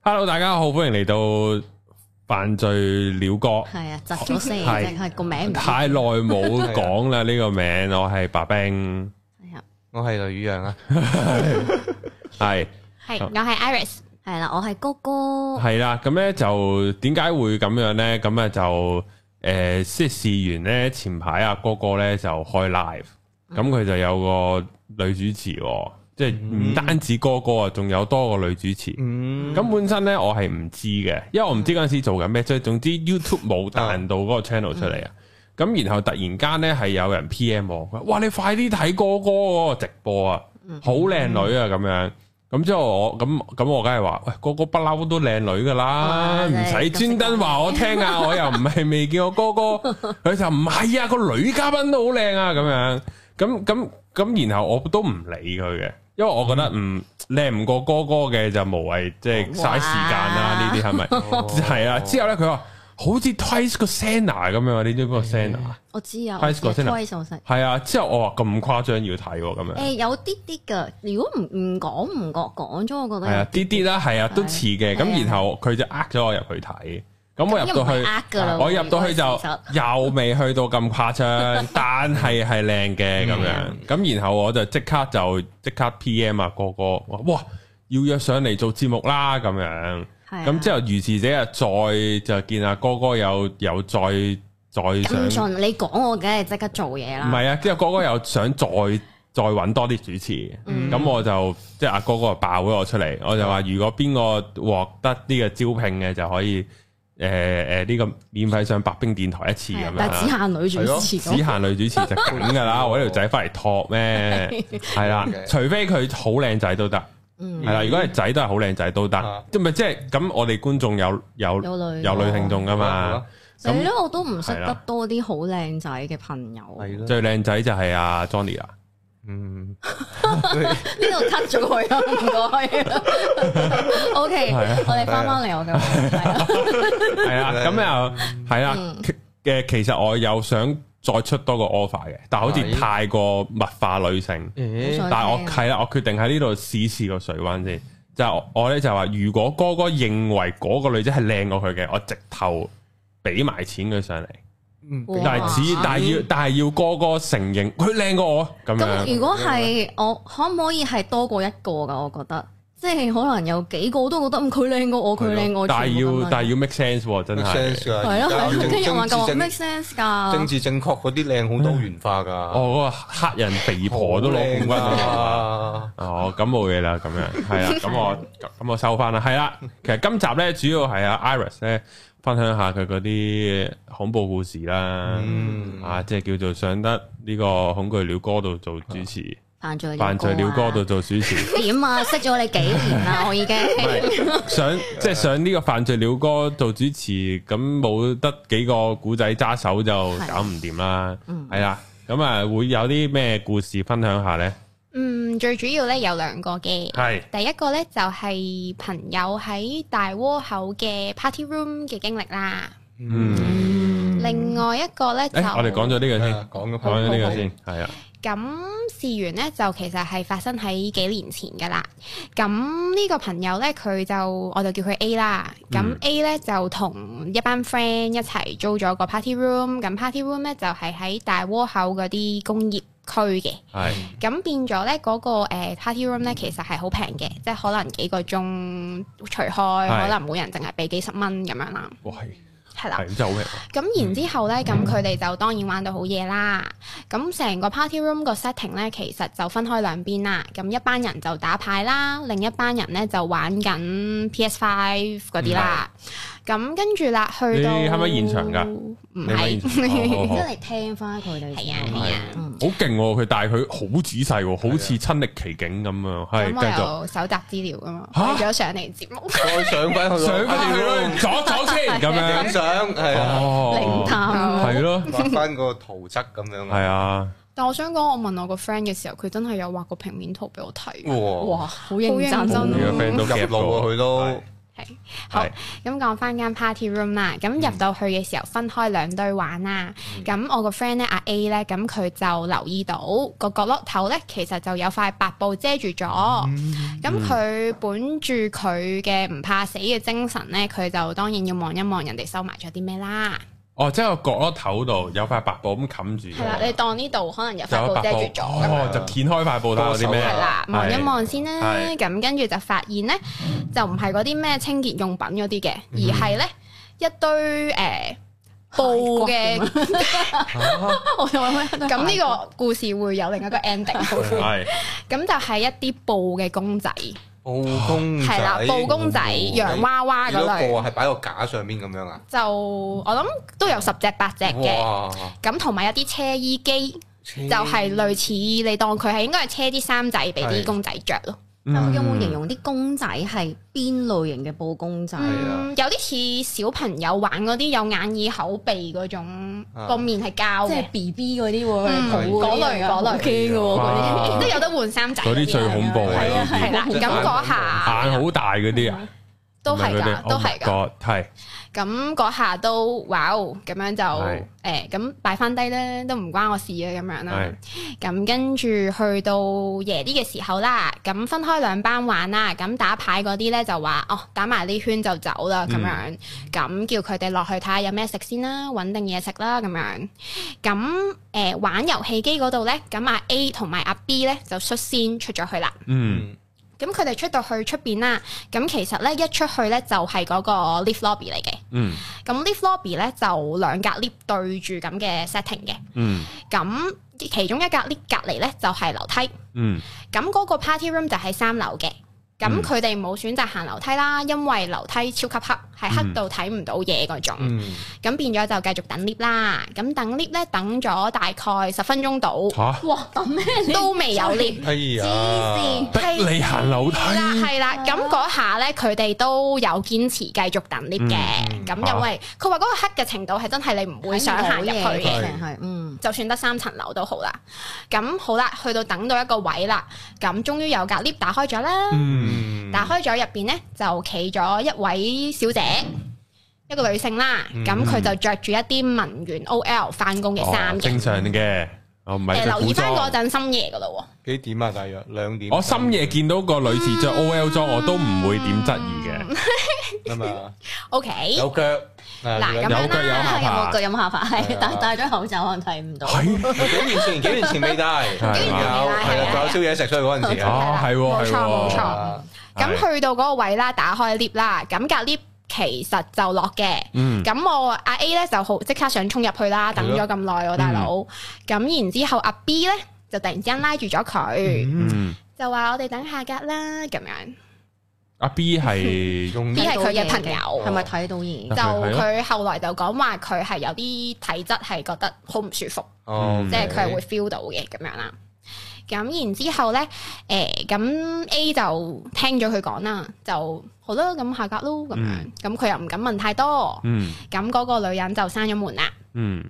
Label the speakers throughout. Speaker 1: Hello，大家好，歡迎嚟到犯罪了哥。
Speaker 2: 係啊，窒咗聲，
Speaker 1: 係
Speaker 2: 淨係個名唔知
Speaker 1: 太耐冇講啦，呢個名我係白冰，
Speaker 2: 係啊，
Speaker 3: 我係雷宇陽啊，
Speaker 1: 係
Speaker 4: 係，我係 Iris，
Speaker 2: 係啦，我係哥哥，
Speaker 1: 係啦。咁咧就點解會咁樣咧？咁啊就誒，即係試完咧，前排阿哥哥咧就開 live，咁佢就有個女主持喎，即係唔單止哥哥啊，仲有多個女主持。
Speaker 3: 嗯，
Speaker 1: 咁本身咧，我係唔知嘅，因為我唔知嗰陣時做緊咩，即係總之 YouTube 冇彈到嗰個 channel 出嚟啊。咁然後突然間咧係有人 PM 我，佢話哇你快啲睇哥哥嗰個直播啊，好靚女啊咁樣。咁之後我咁咁我梗係話，喂哥哥不嬲都靚女噶啦，
Speaker 2: 哇
Speaker 1: 唔使專登話我聽啊，我又唔係未見過哥哥。佢就唔係啊，個女嘉賓都好靚啊咁樣。咁咁咁，然後我都唔理佢嘅，因為我覺得
Speaker 2: 嗯
Speaker 1: 唔靚唔過哥哥嘅就無謂即係嘥時間啦。呢
Speaker 2: 哦哇哦
Speaker 1: 啲係咪？係啊。之後咧，佢話好似 Twice 個 Senna 咁樣，你知唔知個 Senna？
Speaker 2: 我知啊，我
Speaker 1: Twice
Speaker 2: 知
Speaker 1: 個
Speaker 2: 啊
Speaker 1: Senna
Speaker 2: ，twice 我識。
Speaker 1: 係啊。之後我話咁誇張要睇喎，咁樣
Speaker 2: 誒有啲啲㗎，如果唔唔講唔覺講咗，我覺
Speaker 1: 係啊
Speaker 2: 得，
Speaker 1: 啲啲啦，係啊，都似嘅。
Speaker 2: 係啊
Speaker 1: 咁然後佢就呃咗我入去睇。咁我入到
Speaker 2: 咁又唔係
Speaker 1: 去
Speaker 2: 呃㗎啦，
Speaker 1: 我入到去就
Speaker 2: 其實
Speaker 1: 又未去到咁誇張，但係係靚嘅咁
Speaker 2: 嗯
Speaker 1: 樣。咁然後我就即刻就即刻 P.M. 啊哥哥，我話哇要約上嚟做節目啦咁樣。
Speaker 2: 係啊
Speaker 1: 咁之後如是者日再就見阿哥哥有有再再
Speaker 2: 咁
Speaker 1: 想，
Speaker 2: 盡你講，我梗係即刻做嘢
Speaker 1: 唔
Speaker 2: 啦。
Speaker 1: 係啊，之後哥哥又想再再揾多啲主持。
Speaker 2: 嗯
Speaker 1: 咁我就即係阿哥哥就爆咗我出嚟，我就話如果邊個獲得呢個招聘嘅就可以誒誒呢個免費上白冰電台一次咁
Speaker 2: 係啊
Speaker 1: 樣
Speaker 2: 但係只
Speaker 1: 啦。
Speaker 2: 限女
Speaker 3: 係
Speaker 2: 主
Speaker 3: 咯
Speaker 2: 持
Speaker 1: 只
Speaker 2: 咁，
Speaker 1: 限女主持就咁噶 啦，我呢條仔翻嚟托咩？係啦，
Speaker 3: Okay
Speaker 1: 除非佢好靚仔都得，
Speaker 2: 嗯
Speaker 1: 係啦。如果係仔都係好靚仔都
Speaker 3: 啊
Speaker 1: 得，即係咪即係咁？我哋觀眾有有
Speaker 2: 有女
Speaker 1: 有女聽眾噶啊
Speaker 3: 啊
Speaker 1: 嘛？
Speaker 2: 所以咧我都唔識
Speaker 1: 係
Speaker 2: 得
Speaker 1: 啦
Speaker 2: 多啲好靚仔嘅朋友。
Speaker 3: 好啦，係
Speaker 2: 呢
Speaker 3: 咯，
Speaker 1: 最靚仔就係阿 Johnny 啊啦，
Speaker 3: 嗯，
Speaker 2: 度 cut 咗佢啊， 唔該。O K，
Speaker 1: 係啊
Speaker 2: 我哋翻返嚟我嘅話題啦。
Speaker 1: 係 啦。咁又係啦
Speaker 2: 嗯
Speaker 1: 其嘅。其實我有想再出多個 offer 嘅，但好似
Speaker 3: 係
Speaker 1: 太過物化女性。
Speaker 3: 誒
Speaker 2: 好想
Speaker 1: 但係我
Speaker 2: 聽啊
Speaker 1: 係啦，我決定喺呢度試試個水溫先。就係我我咧就話，如果哥哥認為嗰個女仔係靚過佢嘅，我直頭俾埋錢佢上嚟。
Speaker 3: 嗯
Speaker 2: 哇
Speaker 1: 但係只但係要但係要哥哥承認佢靚過我咁
Speaker 2: 咁
Speaker 1: 樣。
Speaker 2: 如果係我可唔可以係多過一個噶？我覺得即係可能有幾個都覺得嗯佢靚過我，佢靚過我。
Speaker 1: 但係要但係
Speaker 2: 係
Speaker 1: 要 make sense 喎，真
Speaker 3: make
Speaker 1: 係。
Speaker 3: sense 㗎
Speaker 2: 係
Speaker 3: 而
Speaker 2: 咯
Speaker 3: 家
Speaker 2: 係咯，
Speaker 3: 政
Speaker 2: 跟住話啊
Speaker 3: 政
Speaker 2: 夠
Speaker 3: 治
Speaker 2: make
Speaker 3: 正
Speaker 2: sense
Speaker 3: 政
Speaker 2: 㗎。
Speaker 3: 治正確嗰啲靚好多元化㗎，
Speaker 1: 我哦嗰個黑人肥婆都攞 冠軍啊
Speaker 3: 啊
Speaker 1: 㗎。
Speaker 3: 軍
Speaker 1: 哦，咁冇嘢啦，咁樣係啦，咁我咁我收翻啦，係啦。其實今集咧主要係阿 Iris 咧分享下佢嗰啲恐怖故事啦，
Speaker 3: 嗯
Speaker 1: 啊，即係叫做上得呢個恐懼鳥哥度做主持，
Speaker 2: 犯罪
Speaker 1: 犯罪鳥哥
Speaker 2: 度
Speaker 1: 度做主持，唔
Speaker 2: 點啊？識咗你幾年啦， 我已經。
Speaker 1: 係上即係上呢個犯罪鳥哥做主持，咁冇得幾個古仔揸手就搞唔掂啦，
Speaker 2: 嗯
Speaker 1: 係啦。咁啊，會有啲咩故事分享下咧？
Speaker 4: 嗯，最主要咧有兩個嘅，
Speaker 1: 係
Speaker 4: 第一個咧就係朋友喺大窩口嘅 party room 嘅經歷啦，
Speaker 1: 嗯，
Speaker 4: 另外一個咧就
Speaker 1: 誒，我哋講咗呢個先。
Speaker 3: 啊講咗
Speaker 1: 講咗呢個先，係啊，
Speaker 4: 咁事源咧就其實係發生喺幾年前噶啦。咁呢個朋友咧，佢就我就叫佢 A 啦。咁
Speaker 1: 嗯
Speaker 4: A 咧就同一班 friend 一齊租咗個 party room。咁 party room 咧就係喺大窩口嗰啲工業區嘅。
Speaker 1: 係
Speaker 4: 咁變咗咧嗰個、呃 party room 咧其實係好平嘅，即係可能幾個鐘除開，
Speaker 1: 係
Speaker 4: 可能每人淨係俾幾十蚊咁樣啦。
Speaker 1: 哇係
Speaker 4: 係啦
Speaker 1: 係。咁真係好咩？
Speaker 4: 咁然之後咧，咁佢哋就當然玩到好夜啦。咁成個 party room 個 setting 咧，其實就分開兩邊啦。咁一班人就打牌啦，另一班人咧就玩緊 PS Five 嗰啲啦。咁跟住啦，去到
Speaker 1: 嗯你係咪現場㗎
Speaker 4: 唔
Speaker 1: 你咪
Speaker 4: 係
Speaker 1: 現場哦
Speaker 2: 即
Speaker 1: 好
Speaker 2: 係聽翻佢哋。
Speaker 4: 係啊係啊
Speaker 2: 嗯
Speaker 1: 好勁喎！佢但係佢好仔細喎，好似親歷其境咁啊！係
Speaker 4: 咁
Speaker 1: 繼續
Speaker 4: 我又搜集資料㗎嘛，
Speaker 1: 吓
Speaker 4: 為咗上嚟節目。
Speaker 3: 再上翻去
Speaker 1: 上翻去咯，
Speaker 3: 咯，
Speaker 1: 左
Speaker 4: 哎
Speaker 1: 左先咁
Speaker 3: 影
Speaker 1: 樣。
Speaker 3: 相係啊，
Speaker 2: 靈
Speaker 1: 哦，
Speaker 2: 探
Speaker 1: 係咯，
Speaker 3: 畫翻個圖則咁樣
Speaker 1: 係啊，
Speaker 4: 但我想講，我問我個 friend 嘅時候，佢真係有畫個平面圖俾我睇。
Speaker 1: 嗯哦
Speaker 3: 啊，哇，
Speaker 2: 哇，好認
Speaker 4: 好認
Speaker 2: 真
Speaker 4: 真
Speaker 1: 你
Speaker 4: 啊
Speaker 1: 個 friend 都夾
Speaker 3: 入路啊
Speaker 1: 過
Speaker 3: 佢都
Speaker 4: 係好
Speaker 1: 係，
Speaker 4: 咁講翻間 party room 啦，咁
Speaker 1: 嗯
Speaker 4: 入到去嘅時候分開兩堆玩啦。咁、我個 friend 咧阿 A 咧，咁佢就留意到個角落頭咧，其實就有塊白布遮住咗。
Speaker 1: 嗯
Speaker 4: 咁佢本住佢嘅唔怕死嘅精神咧，佢就當然要望一望人哋收埋咗啲咩啦。
Speaker 1: 哦，即係個角落頭度有塊白布咁冚住嘅，
Speaker 4: 係啦，你當呢度可能有
Speaker 1: 就嗯
Speaker 4: 塊
Speaker 1: 有
Speaker 4: 布遮
Speaker 1: 白
Speaker 4: 住
Speaker 1: 布，
Speaker 4: 咗咁樣。
Speaker 1: 哦，就掀開塊布睇有啲咩
Speaker 3: 係
Speaker 4: 係
Speaker 1: 啊，
Speaker 4: 啦，
Speaker 1: 係
Speaker 4: 望一望先啦，
Speaker 1: 係
Speaker 4: 咁跟住就發現咧，就唔係嗰啲咩清潔用品嗰啲嘅，而係咧一堆诶布嘅。
Speaker 2: 我
Speaker 1: 啊
Speaker 2: 又話 咩
Speaker 4: 咁呢個故事會有另一個 ending，
Speaker 1: 係
Speaker 4: 咁就係一啲布嘅公仔，
Speaker 3: 布公仔哦
Speaker 4: 係啦，布公仔、洋娃娃嗰
Speaker 3: 你
Speaker 4: 類，
Speaker 3: 嗰個係啊擺喺個架上面咁樣啊？
Speaker 4: 就我諗都有十隻八隻嘅。
Speaker 3: 哇！
Speaker 4: 咁同埋一啲車衣機，就
Speaker 3: 就
Speaker 4: 係類似你當佢係應該係車啲衫仔俾啲公仔着咯。
Speaker 2: 有有
Speaker 1: 嗯
Speaker 2: 冇形容啲公仔係邊類型嘅布公仔？
Speaker 3: 係啊
Speaker 4: 嗯，有啲似小朋友玩嗰啲有眼耳口鼻嗰種，
Speaker 3: 啊
Speaker 4: 個面係膠
Speaker 1: 哦
Speaker 2: 即係
Speaker 4: 嘅，
Speaker 2: B B 嗰啲喎，
Speaker 4: 嗯
Speaker 2: 佢哋抱嗰啲啊
Speaker 4: 嗰
Speaker 2: 好
Speaker 4: 類嗰類
Speaker 2: 驚嘅喎嗰啲。
Speaker 1: 哇
Speaker 4: 都有得換衫仔
Speaker 1: 啊嗰啲最恐怖啊
Speaker 4: 係啊，
Speaker 1: 有啲
Speaker 4: 係啦，咁嗰下
Speaker 1: 眼好大嗰啲啊，
Speaker 4: 都係㗎，都係㗎。
Speaker 1: 㗎，Oh 哦係
Speaker 4: 咁嗰下都哇哦，咁樣就
Speaker 1: 係
Speaker 4: 誒咁擺翻低咧，都唔關我事嘅咁樣啦
Speaker 1: 係。
Speaker 4: 咁跟住去到夜啲嘅時候啦，咁分開兩班玩啦。咁打牌嗰啲咧就話哦，打埋呢圈就走啦咁樣。咁叫佢哋落去睇下有咩食先啦，揾定嘢食啦咁樣。咁誒、玩遊戲機嗰度咧，咁阿 A 同埋阿 B 咧就率先出咗去啦。
Speaker 1: 嗯，
Speaker 3: 嗯
Speaker 4: 咁佢哋出到去出邊啦，咁其實咧一出去咧就係嗰個 lift lobby 嚟嘅。
Speaker 1: 嗯，
Speaker 4: 咁 lift lobby 咧就兩格 lift 對住咁嘅 setting 嘅，
Speaker 1: 嗯，
Speaker 4: 咁其中一格 lift 隔離咧就係、樓梯，
Speaker 1: 嗯，
Speaker 4: 咁嗰個 party room 就喺三樓嘅。咁
Speaker 1: 嗯
Speaker 4: 佢哋冇選擇行樓梯啦，因為樓梯超級黑，係黑
Speaker 1: 嗯
Speaker 4: 到睇唔到嘢嗰種。
Speaker 3: 嗯，
Speaker 4: 咁、變咗就繼續等 lift 啦。咁等 lift 咧，等咗大概十分鐘到，
Speaker 1: 吓，
Speaker 2: 哇，抌咩你？
Speaker 4: 都未有 lift。
Speaker 3: 哎呀，
Speaker 1: 逼你行樓梯，
Speaker 4: 係啦，係啦，咁嗰下咧，佢哋都有堅持繼續等 lift 嘅
Speaker 3: 嗯。
Speaker 4: 咁、因為佢話嗰個黑嘅程度係真係你唔會想行入去
Speaker 2: 睇唔到
Speaker 4: 嘅
Speaker 2: 嘢。成係嗯，
Speaker 4: 就算得三層樓都好啦。咁好啦，去到等到一個位啦，咁終於有架 lift 打開咗啦。
Speaker 1: 嗯，
Speaker 3: 嗯
Speaker 4: 打開咗入邊呢，就企咗一位小姐，一個女性啦。
Speaker 3: 嗯
Speaker 4: 咁佢、就着住一啲文員 OL 翻工嘅衫
Speaker 1: 哦
Speaker 4: 嘅。
Speaker 1: 正常嘅，哦我唔
Speaker 4: 嗯誒
Speaker 1: 係着
Speaker 4: 留意
Speaker 1: 古
Speaker 4: 翻嗰
Speaker 1: 裝。
Speaker 4: 陣深夜噶咯
Speaker 3: 幾點啊？大約兩點。
Speaker 1: 我哦深夜見到個女士着 O L 裝，我都唔會點質疑嘅。
Speaker 4: 嗯
Speaker 3: 啊嘛，
Speaker 4: 喎。O K，
Speaker 3: 有腳
Speaker 4: 嗱咁樣啦
Speaker 1: 有腳有下
Speaker 2: 有
Speaker 1: 巴
Speaker 2: 冇，腳有冇下巴？
Speaker 3: 係
Speaker 2: 係
Speaker 3: 啊，
Speaker 2: 但係戴咗口罩可能睇唔到。
Speaker 1: 係
Speaker 3: 幾年前，幾年前未 戴，有
Speaker 1: 幾年前未戴
Speaker 3: 係
Speaker 4: 係
Speaker 3: 啦，
Speaker 4: 啊
Speaker 3: 仲有宵夜食，所以嗰陣時啊，
Speaker 1: 哦，係喎，
Speaker 4: 冇錯
Speaker 1: 係喎
Speaker 4: 冇錯
Speaker 3: 啊
Speaker 1: 係
Speaker 4: 咁去到嗰個位啦，打開 lift 啦，咁隔 lift 其實就落嘅。
Speaker 1: 嗯，
Speaker 4: 咁我阿 A 咧就好即刻想衝入去啦，等咗咁耐喎大佬。
Speaker 1: 嗯
Speaker 4: 咁然之後阿 B 咧就突然之間拉住咗佢，
Speaker 1: 嗯，
Speaker 4: 就話我哋等下格啦咁樣。
Speaker 1: 阿 B 係
Speaker 3: 用
Speaker 4: B 係佢嘅朋友
Speaker 2: 係咪睇到嘢？
Speaker 1: 啊
Speaker 4: 就
Speaker 1: 係咯
Speaker 4: 佢後來就講話佢係有啲體質係覺得好唔舒服，
Speaker 3: 哦，
Speaker 1: 嗯
Speaker 4: 即係佢係會 feel 到嘅咁樣啦。咁然之後咧，誒、咁 A 就聽咗佢講啦，就好啦，咁下格咯咁樣
Speaker 1: 嗯。
Speaker 4: 咁佢、又唔敢問太多，
Speaker 1: 嗯
Speaker 4: 咁嗰個女人就閂咗門啦。
Speaker 1: 嗯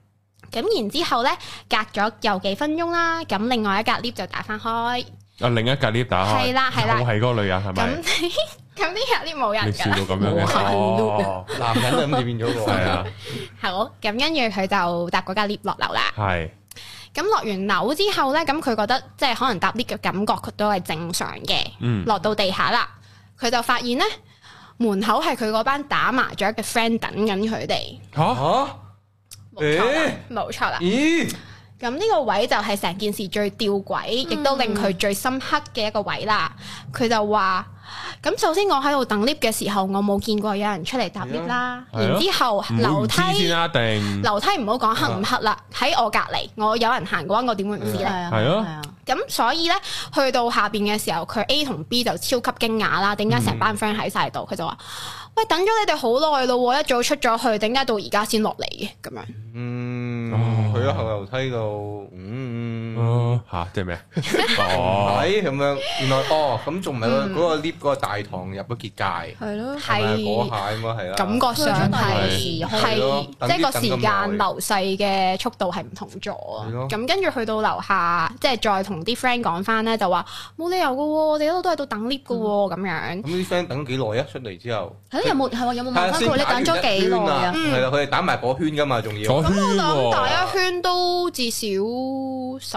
Speaker 4: 咁然之後咧，隔咗有幾分鐘啦，咁另外一格 lift 就打翻開，
Speaker 1: 啊另一格 lift 打開，
Speaker 4: 係啦係啦
Speaker 1: 又係嗰個女啊人係
Speaker 4: 咁
Speaker 1: 咪？
Speaker 4: 咁呢格 lift 冇
Speaker 1: 你
Speaker 4: 人啊
Speaker 1: 笑
Speaker 4: 㗎
Speaker 1: 到
Speaker 4: 啦，
Speaker 1: 咁樣嘅，哦，
Speaker 3: 男人就咁就變咗個
Speaker 1: 係啊，
Speaker 4: 好，咁跟住佢就搭嗰架 lift 落樓啦。
Speaker 1: 係，
Speaker 4: 咁落完樓之後咧，咁佢覺得即係可能搭 lift 嘅感覺佢都係正常嘅，
Speaker 1: 嗯，
Speaker 4: 落到地下啦，佢就發現咧門口係佢嗰班打麻雀嘅 friend 等緊佢哋，
Speaker 1: 吓，
Speaker 3: 嚇？
Speaker 4: 冇錯啦
Speaker 3: 咦，
Speaker 4: 冇錯啦。
Speaker 3: 咦？
Speaker 4: 咁呢個位就係成件事最吊詭，亦都令佢最深刻嘅一個位啦。佢就話：咁首先我喺度等 lift 嘅時候，我冇見過有人出嚟搭 lift 啦。
Speaker 1: 係啊
Speaker 4: 然之後
Speaker 1: 唔好
Speaker 4: 樓
Speaker 1: 唔知先
Speaker 4: 梯
Speaker 1: 啦，嗯啊定
Speaker 4: 樓梯唔好講黑唔黑啦，喺我隔離，我有人行嘅話，我點會唔知
Speaker 2: 係
Speaker 4: 呢？
Speaker 2: 啊，
Speaker 1: 係咯
Speaker 2: 係啊。
Speaker 4: 咁所以呢，去到下邊嘅時候，佢 A 同 B 就超級驚訝啦。點
Speaker 3: 嗯
Speaker 4: 解成班 friend 喺晒度？佢就話：喂，等咗你哋好耐咯喎，一早出咗去，點解到而家先落嚟嘅？咁樣。
Speaker 3: 嗯
Speaker 1: 哦，
Speaker 3: 去咗後樓梯度，嗯，
Speaker 1: 哦，吓，即系咩？哦，
Speaker 3: 係咁樣，原來哦，咁仲唔係嗰個 lift 嗰個大堂入咗結界，
Speaker 2: 係咯，
Speaker 3: 係咪嗰
Speaker 4: 嗯係
Speaker 3: 下應該係啦。
Speaker 4: 感覺上
Speaker 2: 係
Speaker 4: 係係
Speaker 3: 咯
Speaker 4: 即係個
Speaker 3: 等
Speaker 4: 時
Speaker 3: 啲等咁耐
Speaker 4: 間流逝嘅速度係唔同咗啊
Speaker 3: 係咯
Speaker 4: 咁跟住去到樓下，即係再同啲 friend 講翻咧，就話冇理由嘅喎，我哋一路都喺度等 lift 嘅喎，咁樣。
Speaker 3: 咁啲 friend 等咗幾耐啊？出嚟之後，
Speaker 2: 係咯，有冇係話有冇問翻
Speaker 3: 先
Speaker 2: 佢你
Speaker 3: 打完
Speaker 2: 等咗幾耐
Speaker 3: 一圈
Speaker 2: 啊？
Speaker 3: 係啦，佢哋打埋嗰圈噶嘛，仲要。
Speaker 1: 左
Speaker 4: 咁
Speaker 1: 圈
Speaker 4: 我
Speaker 3: 嗯
Speaker 4: 諗
Speaker 1: 喎，
Speaker 4: 打一圈都至少十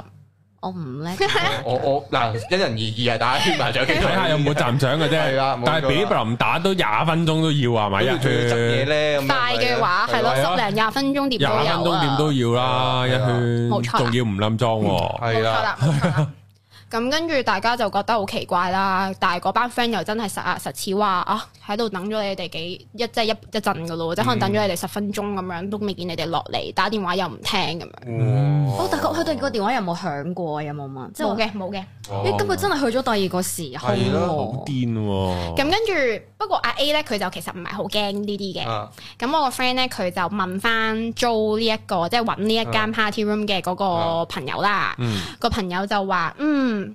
Speaker 2: 我唔叻，
Speaker 4: 哦
Speaker 3: 我我嗱，因人而異啊，打圈埋仲有幾
Speaker 1: 睇
Speaker 3: 多
Speaker 1: 下有冇站獎嘅啫。
Speaker 3: 係啦冇錯啦
Speaker 1: 但系比伯林打都廿分鐘都要啊，咪
Speaker 3: 跟
Speaker 1: 一
Speaker 3: 住仲要執嘢
Speaker 1: 圈
Speaker 3: 咧，咁樣
Speaker 4: 快嘅話係咯，
Speaker 1: 係啊
Speaker 4: 十零廿分鐘點都
Speaker 1: 廿
Speaker 4: 有
Speaker 1: 分鐘點
Speaker 4: 啊。
Speaker 1: 都要啦，一
Speaker 3: 係啊
Speaker 1: 圈
Speaker 4: 冇錯啦
Speaker 1: 仲要唔冧裝喎。
Speaker 3: 係
Speaker 4: 冇錯
Speaker 3: 啦，
Speaker 4: 啦，冇錯啦。咁跟住大家就覺得好奇怪啦，但係嗰班 friend 又真係實牙實齒話啊，喺度等咗你哋幾一即係一一陣噶
Speaker 1: 嗯
Speaker 4: 咯，即係可能等咗你哋十分鐘咁樣，都未見你哋落嚟，打電話又唔聽咁樣。
Speaker 2: 我
Speaker 3: 我
Speaker 2: 哦但佢佢哋個電話有冇響過？啊有冇問？即係
Speaker 4: 冇
Speaker 2: 我
Speaker 4: 嘅，冇嘅。
Speaker 2: 咦，咁佢真係去咗第二個時空
Speaker 3: 哦係咯
Speaker 1: 好
Speaker 2: 喎。
Speaker 1: 癲喎！
Speaker 4: 咁跟住不過阿 A 咧，佢就其實唔係好驚呢啲嘅。
Speaker 3: 啊，
Speaker 4: 咁我個 friend 咧，佢就問翻租呢、一個，即係揾呢一間 party room 嘅嗰個朋友啦。
Speaker 1: 嗯
Speaker 4: 個朋友就話：嗯，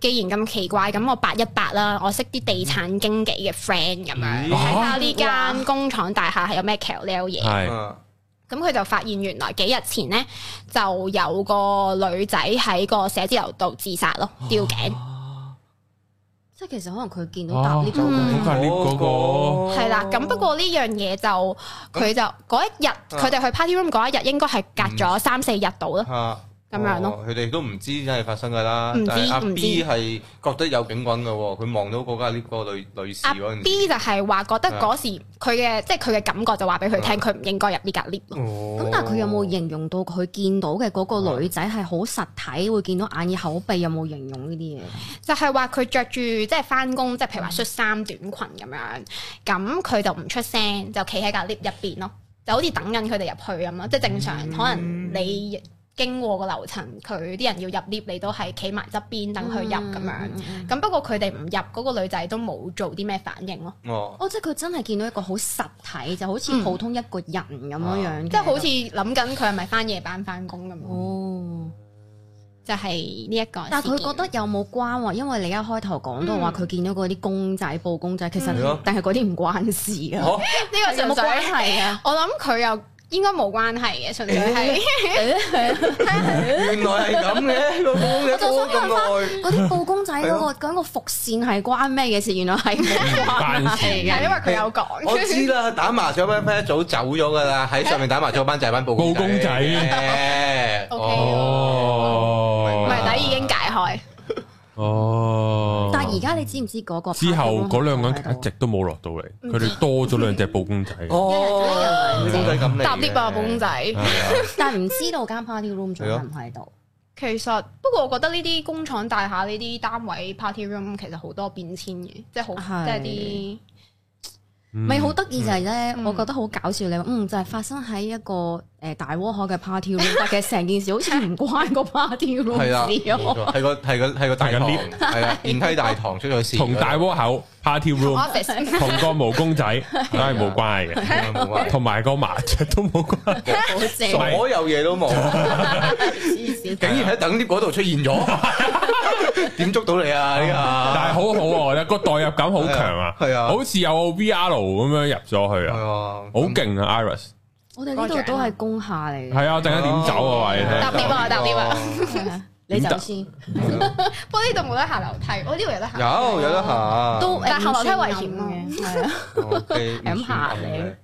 Speaker 4: 既然咁奇怪，咁我八一八啦，我識啲地產經紀嘅 friend 咁樣，
Speaker 3: 咦
Speaker 4: 睇下呢間工廠大廈係有咩 c a 嘢。
Speaker 1: 係
Speaker 3: 啊
Speaker 4: 咁佢就發現原來幾日前呢，就有個女仔喺個寫字樓度自殺咯，吊頸。
Speaker 2: 即係其實可能佢見到搭 lift 嗰
Speaker 4: 哦嗯
Speaker 2: 個
Speaker 1: 好快 lift 嗰個
Speaker 4: 係
Speaker 3: 哦
Speaker 4: 啦，咁不過呢樣嘢就佢就嗰一日，佢哋去 party room 嗰一日應該係隔咗三四日到啦。
Speaker 3: 嚇
Speaker 4: 咁樣咯，
Speaker 3: 哦佢哋都唔知真係發生㗎啦。
Speaker 4: 唔知
Speaker 3: 但係阿
Speaker 4: 唔知
Speaker 3: B 係覺得有警棍㗎喎，佢望到嗰家 lift 嗰個女女士
Speaker 4: 阿
Speaker 3: 嗰陣時
Speaker 4: B 就係話覺得嗰時佢嘅即係佢嘅感覺就話俾佢聽，佢唔應該入呢格 lift 咯。
Speaker 2: 咁
Speaker 3: 咁
Speaker 2: 但係佢有冇形容到佢見到嘅嗰個女仔係好實體，會見到眼耳口鼻？有冇形容呢啲嘢？
Speaker 4: 就係話佢着住即係翻工，即係譬如話恤衫短裙咁樣，咁佢就唔出聲，就企喺架 lift 入邊咯，就好似等緊佢哋入去咁啊咯。即係正常，可
Speaker 2: 嗯
Speaker 4: 能你經過個樓層，佢啲人要入 lift，你都係企埋側邊等佢入咁
Speaker 2: 嗯樣。
Speaker 4: 樣。咁不過佢哋唔入，嗰、個女仔都冇做啲咩反應咯，
Speaker 3: 哦，
Speaker 2: 哦，即係佢真係見到一個好實體，就好似
Speaker 4: 嗯
Speaker 2: 普通一個人咁樣樣嘅，
Speaker 4: 即係好似諗緊佢係咪翻夜班翻工咁樣。
Speaker 2: 哦。
Speaker 4: 就係呢一個。
Speaker 2: 但係佢覺得有冇關喎？因為你一開頭講到話
Speaker 4: 嗯
Speaker 2: 佢見到嗰啲公仔、布公仔，其實
Speaker 3: 係咯
Speaker 2: 但係嗰啲唔關事啊㗎。
Speaker 3: 哦
Speaker 4: 呢
Speaker 2: 嗯
Speaker 4: 個
Speaker 2: 有
Speaker 4: 純
Speaker 2: 冇關
Speaker 4: 粹，
Speaker 2: 係 啊？
Speaker 4: 我諗佢又應該冇關係嘅，純粹係
Speaker 3: 原來係咁嘅，個公仔拖咁耐。
Speaker 2: 嗰啲布公仔嗰個嗰個伏線係關咩嘅事？原來係冇關係
Speaker 4: 係因
Speaker 2: 嘅。
Speaker 4: 為佢有講。
Speaker 3: 我知啦，打麻雀班 friend 一早走咗㗎啦，喺上面打麻雀班就係班報
Speaker 1: 報公仔啊
Speaker 3: 仔
Speaker 4: OK
Speaker 1: 哦，
Speaker 4: 唔係底已經解開，
Speaker 1: 哦，
Speaker 2: 但係而家你知唔知嗰個
Speaker 1: 之後嗰兩個人一
Speaker 2: 人
Speaker 1: 直都冇落到嚟，佢哋多咗兩隻布公仔。
Speaker 3: 哦，啲公
Speaker 2: 嗯
Speaker 3: 仔咁嚟嘅
Speaker 4: 搭 lift 啊，寶公仔。
Speaker 2: 但係唔知道間 party room 仲
Speaker 3: 係咯
Speaker 2: 喺唔喺度？
Speaker 4: 其實不過我覺得呢啲工廠大廈呢啲單位 party room 其實好多變遷嘅，即係好
Speaker 2: 係
Speaker 4: 即
Speaker 1: 嗯
Speaker 2: 咪好得意就係咧，
Speaker 4: 嗯
Speaker 2: 我覺得好搞笑。你話嗯就係發生喺一個誒大窩口嘅 party room，但其實成件事好似唔關個 party
Speaker 3: 係
Speaker 1: 啊
Speaker 3: 啦，
Speaker 2: room 事
Speaker 4: 啊
Speaker 3: 冇
Speaker 2: 咯。
Speaker 3: 錯係個係個係個大
Speaker 1: 係個
Speaker 3: 堂，
Speaker 1: lift
Speaker 3: 係啦，電梯大堂出咗事，
Speaker 1: 同大窩口 party
Speaker 4: 係
Speaker 1: room
Speaker 4: office
Speaker 1: 同個毛 公仔都係冇關係嘅，
Speaker 3: 冇關
Speaker 1: 同埋個麻雀都冇關係。
Speaker 2: 好正
Speaker 1: 傻
Speaker 3: 係，所有 嘢都冇，
Speaker 2: 黐線
Speaker 3: 竟然喺等 lift 嗰度出現 咗，點捉到你啊？呢
Speaker 1: 但係
Speaker 3: 個
Speaker 1: 好好啊，我覺得個代入感好強啊，
Speaker 3: 係啊
Speaker 1: 好似有 VR 咁樣入咗去
Speaker 3: 係
Speaker 1: 啊，
Speaker 3: 啊，
Speaker 1: 好勁啊，Iris。
Speaker 2: 我哋呢度都係工廈嚟
Speaker 1: 係
Speaker 2: 嘅，
Speaker 1: 啊，陣間點走啊？話你
Speaker 2: 哦
Speaker 1: 聽。
Speaker 4: 搭 lift 啊搭 lift 啊
Speaker 2: 係啊你走先。
Speaker 4: 不過呢度冇得行樓梯，我呢度有得行。
Speaker 3: 有有得行，
Speaker 2: 都
Speaker 4: 但行樓梯危險
Speaker 2: 險
Speaker 4: 嘅
Speaker 2: 嘅，係啊，
Speaker 3: OK，唔算
Speaker 2: 咁行你
Speaker 3: 嘅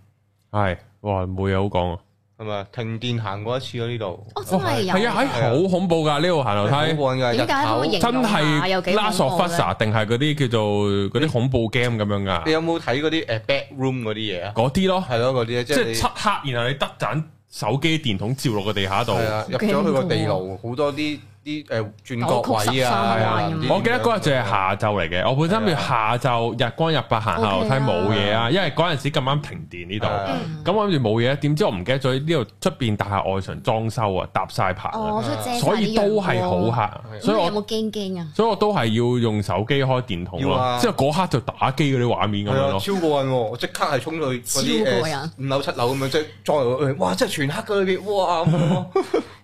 Speaker 1: 係，哇，冇嘢好講啊。
Speaker 3: 係咪停電行過一次咯？呢度
Speaker 2: 哦真係有，
Speaker 1: 係啊，係好恐怖㗎呢度行樓
Speaker 3: 好
Speaker 1: 梯。
Speaker 3: 過癮㗎，
Speaker 2: 點解可以
Speaker 3: 日頭
Speaker 2: 形
Speaker 1: 真
Speaker 2: 容下啊有
Speaker 1: 係
Speaker 2: 幾
Speaker 1: Last
Speaker 2: 恐
Speaker 1: of
Speaker 2: 怖
Speaker 1: Us
Speaker 2: 咧？
Speaker 1: 啊定係嗰啲叫做嗰啲恐怖 game 咁樣㗎？
Speaker 3: 你有冇睇嗰啲誒 back room 嗰啲嘢啊？
Speaker 1: 嗰啲咯，
Speaker 3: 係咯，嗰啲即
Speaker 1: 即
Speaker 3: 係
Speaker 1: 係
Speaker 3: 你
Speaker 1: 漆黑，然後你得盞手機電筒照落個地下度。
Speaker 3: 係啊，入咗去個地牢，好多啲啲誒轉角位啊，係啊
Speaker 2: 九曲十三彎咁
Speaker 1: 我記得嗰日就係下晝嚟嘅，我本身諗住下晝日光日白行下樓梯
Speaker 2: OK 啊
Speaker 1: 冇嘢啊，因為嗰陣時咁啱停電呢
Speaker 3: 係
Speaker 1: 度，
Speaker 3: 啊
Speaker 2: 嗯
Speaker 1: 咁我諗住冇嘢，點知我唔記得咗呢度出邊大廈外牆裝修啊，搭晒棚啊，
Speaker 2: 哦，所以遮曬
Speaker 1: 所以都係
Speaker 2: 啲陽光
Speaker 1: 好黑，所以
Speaker 2: 咁
Speaker 1: 我
Speaker 2: 你有冇驚驚啊？
Speaker 1: 所以我都係要用手機開電筒
Speaker 3: 要
Speaker 1: 咯，
Speaker 3: 啊
Speaker 1: 之後嗰刻就打機嗰啲畫面咁
Speaker 3: 係
Speaker 1: 樣
Speaker 3: 啊，
Speaker 1: 咯。
Speaker 3: 超過癮喎！我即刻係衝到去嗰
Speaker 2: 超過
Speaker 3: 啲
Speaker 2: 癮
Speaker 3: 誒五樓七樓咁樣，即係裝入去，哇！真係全黑嘅裏邊，哇！咁樣咯